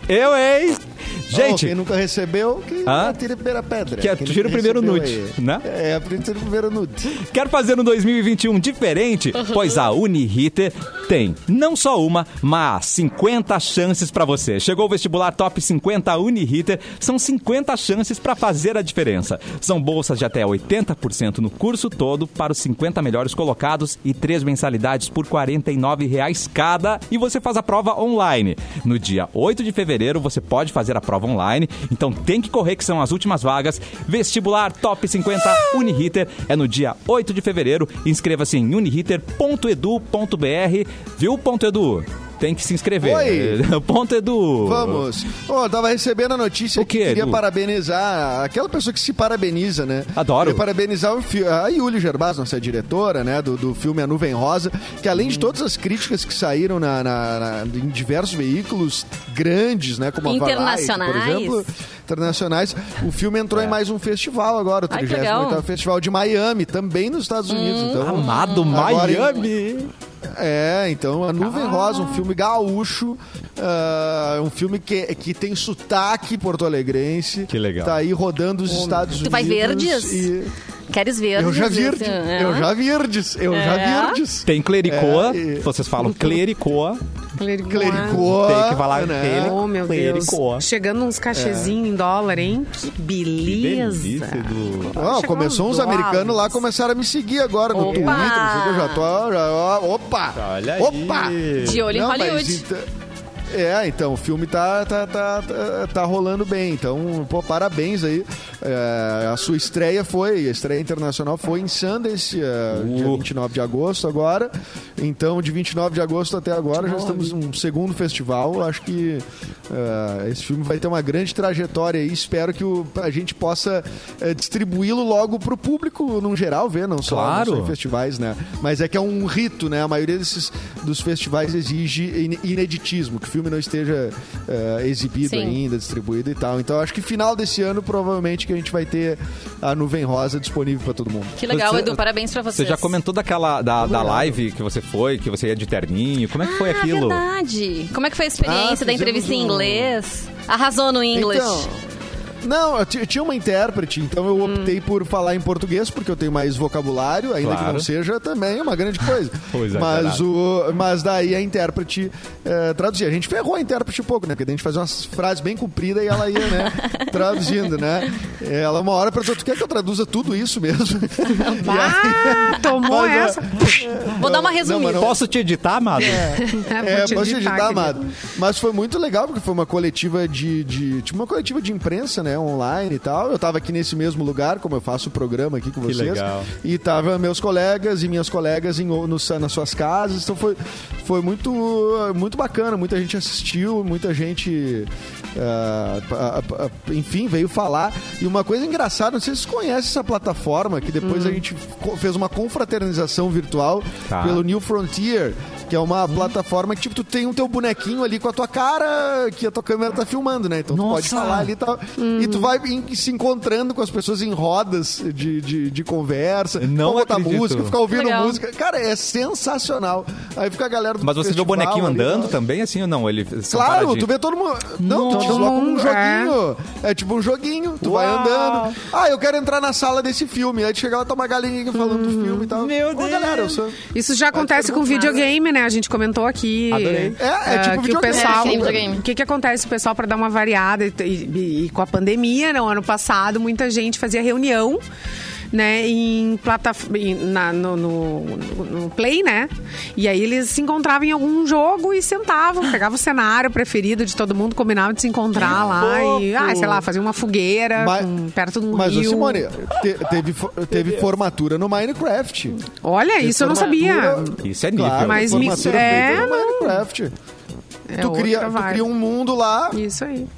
S1: Eu, hein?
S4: Bom,
S1: Gente,
S4: quem nunca recebeu, que
S1: Hã?
S4: tira a primeira pedra.
S1: Que é-
S4: Quem
S1: tira o
S4: nunca
S1: primeiro
S4: recebeu
S1: nude,
S4: aí.
S1: né?
S4: É, é, tira o primeiro nude.
S1: Quer fazer um 2021 diferente? Pois a Uniriter tem não só uma, mas 50 chances para você. Chegou o vestibular Top 50 Uniriter, são 50 chances para fazer a diferença. São bolsas de até 80% no curso todo para os 50 melhores colocados e três mensalidades por R$ 49 reais cada e você faz a prova online. No dia 8 de fevereiro você pode fazer a prova online, então tem que correr que são as últimas vagas. Vestibular Top 50 Uniriter é no dia 8 de fevereiro. Inscreva-se em uniriter.edu.br, viu, ponto Edu? Tem que se inscrever.
S4: Oi.
S1: ponto Edu.
S4: Vamos. Ó, eu tava recebendo a notícia
S1: O quê,
S4: que queria
S1: Edu?
S4: parabenizar aquela pessoa que se parabeniza, né?
S1: Adoro.
S4: Queria parabenizar o fi- a Yuli Gerbaz, nossa diretora, né, do, do filme A Nuvem Rosa, que além
S1: Hum.
S4: de todas as críticas que saíram na, na- na- em diversos veículos grandes, né, como a Variety, por
S3: Internacionais.
S4: exemplo, internacionais, o filme
S1: É.
S4: entrou em mais um festival agora, o
S3: Ai, que legal. Hum.
S4: 38º Festival de Miami, também nos Estados Unidos. Então,
S1: Amado
S4: agora em-
S1: Miami.
S4: é, então A
S3: Ah.
S4: Nuvem Rosa, um filme gaúcho, ah, um filme que, que tem sotaque porto-alegrense.
S1: Que legal.
S4: Tá aí rodando os Estados Unidos.
S3: Tu vai verdes?
S4: e-
S3: Queres ver?
S4: Eu já
S3: Verdes,
S4: virdes,
S3: é.
S4: eu já virdes, eu já
S3: É.
S4: virdes.
S1: Tem clericoa,
S4: É, e-
S1: vocês falam clericoa.
S2: Clericô.
S4: Clericô,
S1: Tem que falar
S4: né?
S1: dele.
S2: Oh, meu Deus.
S1: Clericô.
S2: Chegando uns cachezinhos
S4: É.
S2: em dólar, hein? Que beleza.
S1: Edu.
S4: Ó,
S2: Chegou
S4: começou
S2: uns
S4: uns americanos lá,
S2: dólares.
S4: começaram a me seguir agora no
S3: Opa!
S4: Twitter. não sei o que, Eu já tô. Já, ó, opa!
S1: Olha aí.
S4: opa!
S3: De olho em
S4: Não, mas
S3: Hollywood.
S4: então- é, então, o filme tá, tá, tá, tá, tá rolando bem. Então, pô, parabéns aí. É, a sua estreia foi, a estreia internacional foi em Sundance, é, dia
S1: Uh.
S4: 29 de agosto agora. Então, de 29 de agosto até agora, já estamos num segundo festival. Acho que é, esse filme vai ter uma grande trajetória aí. Espero que o- a gente possa é, distribuí-lo logo pro público, num geral, ver, não só,
S1: Claro.
S4: não só em festivais, né? Mas é que é um rito, né? A maioria desses dos festivais exige in- ineditismo, que o filme não esteja eh, exibido
S3: Sim.
S4: ainda, distribuído e tal. Então acho que final desse ano provavelmente que a gente vai ter a nuvem rosa disponível pra todo mundo.
S3: Que legal,
S1: Você-
S3: Edu. Parabéns pra
S1: Você
S3: vocês.
S1: já comentou daquela da, da live que você foi, que você ia de terninho. Como é que foi
S3: ah,
S1: aquilo?
S3: verdade. Como é que foi a experiência
S4: Ah,
S3: da entrevista em
S4: fizemos um-
S3: inglês? Arrasou no inglês.
S4: Então,
S1: Então,
S4: não, eu ti- tinha uma intérprete, então eu optei por falar em português, porque eu tenho mais vocabulário, ainda que
S1: Claro.
S4: não seja também uma grande coisa.
S1: Pois é,
S4: mas,
S1: caralho.
S4: o, mas daí a intérprete eh, traduzia. A gente ferrou a intérprete um pouco, né? Porque daí a gente fazia umas frases bem compridas e ela ia, né, traduzindo, né? Ela uma hora perguntou, tu quer que eu traduza tudo isso mesmo?
S2: Ah, tomou
S4: Mas,
S2: essa.
S3: Vou dar uma
S4: Não, mas não-
S3: resumida.
S1: Posso te editar, amado?
S4: É,
S2: Vou te
S4: posso
S2: editar,
S4: editar,
S2: querido.
S4: amado. Mas foi muito legal, porque foi uma coletiva de, de- Tipo, uma coletiva de imprensa, né? Online e tal. Eu tava aqui nesse mesmo lugar, como eu faço o programa aqui com
S1: Que
S4: vocês.
S1: legal.
S4: E tava meus colegas e minhas colegas em, ou- no, nas suas casas. Então foi, foi muito, muito bacana. Muita gente assistiu, muita gente. ah, pa- pa- pa- enfim, veio falar. E uma coisa engraçada, não sei se vocês conhecem essa plataforma, que
S2: Hum.
S4: depois a gente co- fez uma confraternização virtual
S1: Tá.
S4: pelo New Frontier, que é uma
S1: Uhum.
S4: plataforma que, tipo, tu tem o teu bonequinho ali com a tua cara, que a tua câmera tá filmando, né? Então tu pode
S1: Nossa! Uhum.
S4: falar ali e tal. E tu vai em- se encontrando com as pessoas em rodas de, de, de conversa.
S1: Não
S4: botar
S1: acredito.
S4: música, ficar ouvindo
S3: Legal.
S4: música. Cara, é sensacional. Aí fica a galera do
S1: Mas você vê o
S4: festival
S1: bonequinho
S4: ali e
S1: andando
S4: tal.
S1: também, assim ou não? Ele, são
S4: Claro,
S1: paradinhos.
S4: tu vê todo mundo. Não, tu
S2: Nossa.
S4: desloca um
S2: É.
S4: joguinho. É. tipo um joguinho. Tu vai
S1: Uau.
S4: andando. Ah, eu quero entrar na sala desse filme. Aí tu chega lá, tá uma galinha falando do filme e tal.
S1: Hum. Meu
S4: Ô,
S1: Deus.
S4: galera, eu sou.
S2: Isso já acontece com videogame, né? A gente comentou aqui.
S1: Adorei.
S4: É, é
S2: ah,
S4: tipo
S2: que o
S4: videogame.
S2: pessoal,
S3: É, sim, videogame.
S2: O que, que acontece, o pessoal, para dar uma variada, e, e- e com a pandemia, no ano passado, muita gente fazia reunião. Né, em plataforma no, no- no Play, né? E aí eles se encontravam em algum jogo e sentavam, pegavam o cenário preferido de todo mundo, combinavam de se encontrar lá e, ah, sei lá, faziam uma fogueira
S4: Mas-
S2: com- perto de um
S4: Mas, ô,
S2: rio.
S4: Simone, te- teve, fo- teve formatura no Minecraft.
S2: Olha,
S4: é
S2: isso eu não sabia.
S4: Formatura-
S1: Isso é Hum. nível.
S2: Mas me-
S4: formatura
S2: é,
S4: feita no
S2: não.
S4: Minecraft.
S2: É
S4: tu, cria,
S2: outra
S4: tu
S2: vibe.
S4: cria um mundo lá,
S2: Isso aí.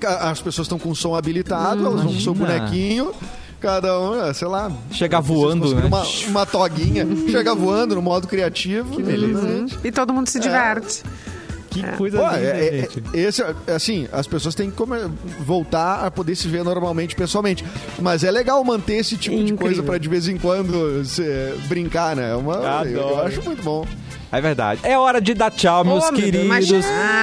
S4: ca- as pessoas estão com som habilitado, elas vão com seu
S1: Imagina.
S4: bonequinho. Cada um, é, sei lá.
S1: Chega voando, né?
S4: Uma, uma toguinha. chega voando no modo criativo. Uhum. Que beleza.
S2: E todo mundo se diverte.
S6: Que coisa
S4: Pô,
S6: linda,
S4: é- é-
S6: gente.
S4: esse, é- assim, as pessoas têm que come- voltar a poder se ver normalmente, pessoalmente. Mas é legal manter esse tipo de
S2: Incrível.
S4: coisa pra de vez em quando se- brincar, né? É uma- eu- eu,
S6: Adoro.
S4: acho muito bom.
S1: É verdade. É hora de dar tchau, meus
S2: meu Deus,
S1: queridos.
S2: mas tchau.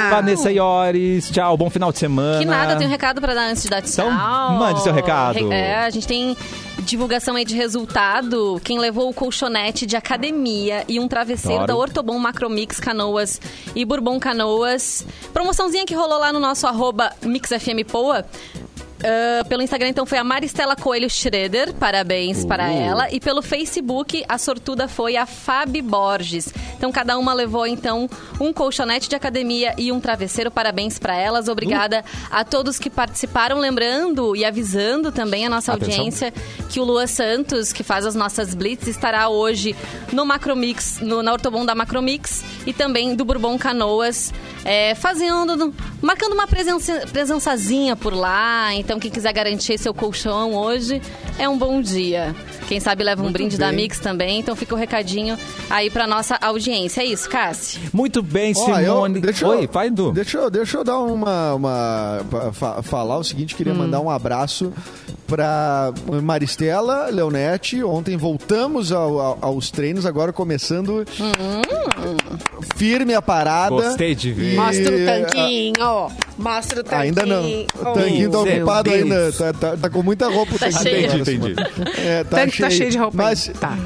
S1: Vanessa Iores, tchau, bom final de semana.
S3: Que nada, eu tenho um recado pra dar antes de dar tchau.
S1: Então, mande seu recado.
S3: Re- É, a gente tem divulgação aí de resultado. Quem levou o colchonete de academia e um travesseiro
S1: Adoro.
S3: da Ortobon Macromix Canoas e Bourbon Canoas. Promoçãozinha que rolou lá no nosso arroba MixFMPoa. Ah, pelo Instagram, então, foi a Maristela Coelho Schroeder. Parabéns para ela. E pelo Facebook, a sortuda foi a Fabi Borges. Então, cada uma levou, então, um colchonete de academia e um travesseiro. Parabéns para elas. Obrigada a todos que participaram. Lembrando e avisando também a nossa
S1: Atenção.
S3: audiência que o Lua Santos, que faz as nossas blitz, estará hoje no Macromix, no, na Ortobon da Macromix e também do Bourbon Canoas, é, fazendo, marcando uma presença, presençazinha por lá. Então, quem quiser garantir seu colchão hoje, é um bom dia. Quem sabe leva um brinde da
S4: bem.
S3: Mix também. Então, fica o recadinho aí pra nossa audiência. É isso, Cassi.
S1: Muito bem,
S4: Ó,
S1: Simone.
S4: eu- deixa eu-
S1: Oi, vai, Du.
S4: Deixa, eu- deixa eu dar uma. uma fa- fa- falar o seguinte:
S2: Hum.
S4: queria mandar um abraço pra Maristela, Leonete. Ontem voltamos ao- ao- aos treinos, agora começando. Firme a parada.
S1: Gostei de ver.
S4: É. E-
S2: Hum. Mostra o tanquinho,
S4: ah,
S2: ó. Mostra o tanquinho.
S4: Ainda não.
S2: ó.
S4: O tanquinho tá
S1: Meu
S4: ocupado
S1: Deus.
S4: ainda. Tá, tá- tá com muita roupa o
S3: Tá
S4: tanquinho
S3: cheio.
S4: agora,
S1: Entendi,
S4: Simone. É, tá,
S2: Tanque
S4: cheio.
S2: tá cheio de roupa. aí.
S4: Mas,
S2: Tá.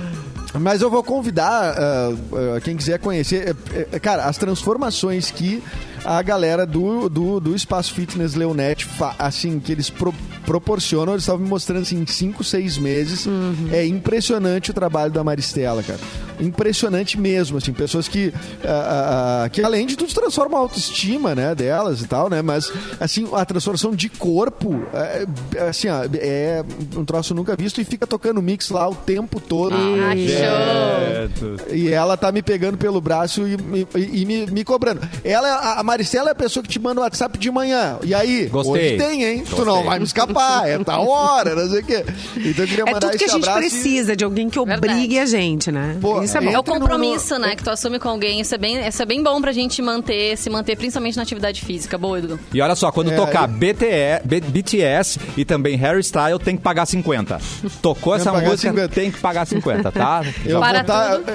S4: mas eu vou convidar ah, ah, quem quiser conhecer. eh, eh, cara, as transformações que a galera do, do, do Espaço Fitness Leonete, fa- assim, que eles pro- proporcionam, eles estavam me mostrando assim, em 5, 6 meses. É impressionante o trabalho da Maristela, cara. Impressionante mesmo, assim, pessoas que, ah, ah, ah, que além de tudo transformam a autoestima, né, delas e tal, né, mas assim, a transformação de corpo, é, é, assim, ó, é um troço nunca visto e fica tocando mix lá o tempo todo.
S3: Ah, que show!
S4: É, E ela tá me pegando pelo braço e, e- e me, me cobrando. Ela, a- a Maricela é a pessoa que te manda o WhatsApp de manhã. E aí,
S1: Gostei.
S4: hoje tem, hein? Tu não vai me escapar, é tal hora, não sei o quê. Então eu queria
S2: É
S4: mandar
S2: tudo que a
S4: esse
S2: gente
S4: abraço e-
S2: precisa, de alguém que obrigue
S3: Verdade.
S2: a gente, né?
S4: Pô,
S2: Isso é bom.
S4: é
S3: É o
S4: Entra no-
S3: compromisso, né, que tu assume com alguém. Isso é bem, isso é bem bom pra gente manter, se manter, principalmente na atividade física. Boa, Edu.
S1: E olha só, quando
S4: É,
S1: tocar BTE, B- BTS e também Harry Style, tem que pagar 50. Tocou essa
S4: pagar
S1: música,
S4: 50.
S1: tem que pagar 50, tá?
S4: Eu
S3: Para
S4: vou tá-
S3: tudo.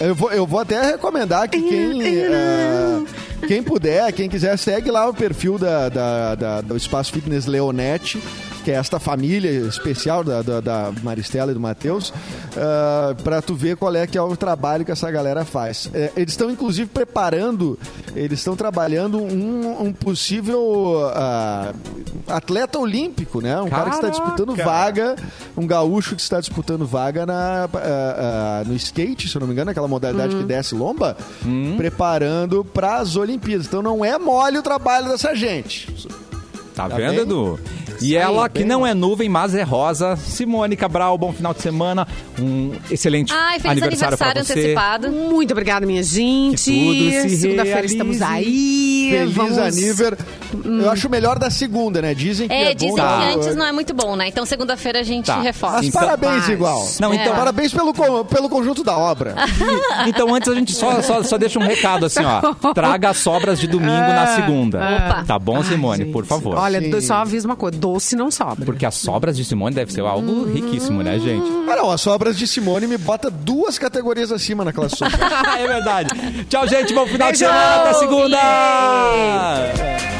S4: eu, vou, eu vou até recomendar que quem, eh, quem puder, quem quiser, segue lá o perfil da, da- da- do Espaço Fitness Leonete, que é esta família especial da, da- da Maristela e do Matheus, ah, pra tu ver qual é que é o trabalho que essa galera faz. Eh, eles estão, inclusive, preparando, eles estão trabalhando um, um possível ah, atleta olímpico, né? Um cara que está disputando vaga, um gaúcho que está disputando vaga na, ah, ah, no skate, se eu não me engano, aquela modalidade que desce lomba, preparando para as Olimpíadas. Então não é mole o trabalho dessa gente.
S1: Tá
S4: Tá
S1: vendo,
S4: bem?
S1: Edu? E ela, que
S4: bem.
S1: não é nuvem, mas é rosa. Simone Cabral, bom final de semana. Um excelente
S3: Ai, feliz
S1: aniversário,
S3: aniversário,
S1: pra você. Hum,
S3: antecipado.
S2: Muito obrigada, minha
S1: Que tudo
S2: gente.
S1: se
S2: Segunda-feira
S1: realize.
S2: estamos aí.
S4: Feliz
S2: Vamos...
S4: aniver. Eu acho melhor da segunda, né? Dizem que é,
S3: É,
S4: bom.
S3: dizem
S1: tá.
S3: que antes não é muito bom, né? Então segunda-feira a gente
S1: Tá.
S3: reforça.
S4: Mas
S1: Então-
S4: parabéns
S2: Mas-
S4: igual.
S1: Não,
S4: Então,
S1: então,
S4: parabéns pelo, co- pelo conjunto da obra.
S1: então antes a gente só, só, só deixa um recado assim, ó. Traga as sobras de domingo na segunda.
S3: Ah. Opa.
S1: Tá bom, Simone?
S2: Ai,
S1: por
S2: gente.
S1: favor.
S2: Olha,
S4: Sim.
S2: do- só aviso uma coisa: doce não sobra.
S1: Porque as sobras de Simone deve ser algo riquíssimo, né, gente?
S4: Ah, não, as sobras de Simone me bota duas categorias acima na classe social.
S1: é verdade. Tchau, gente. Bom final de
S2: Beijão.
S1: semana. Até segunda.
S3: Yeah.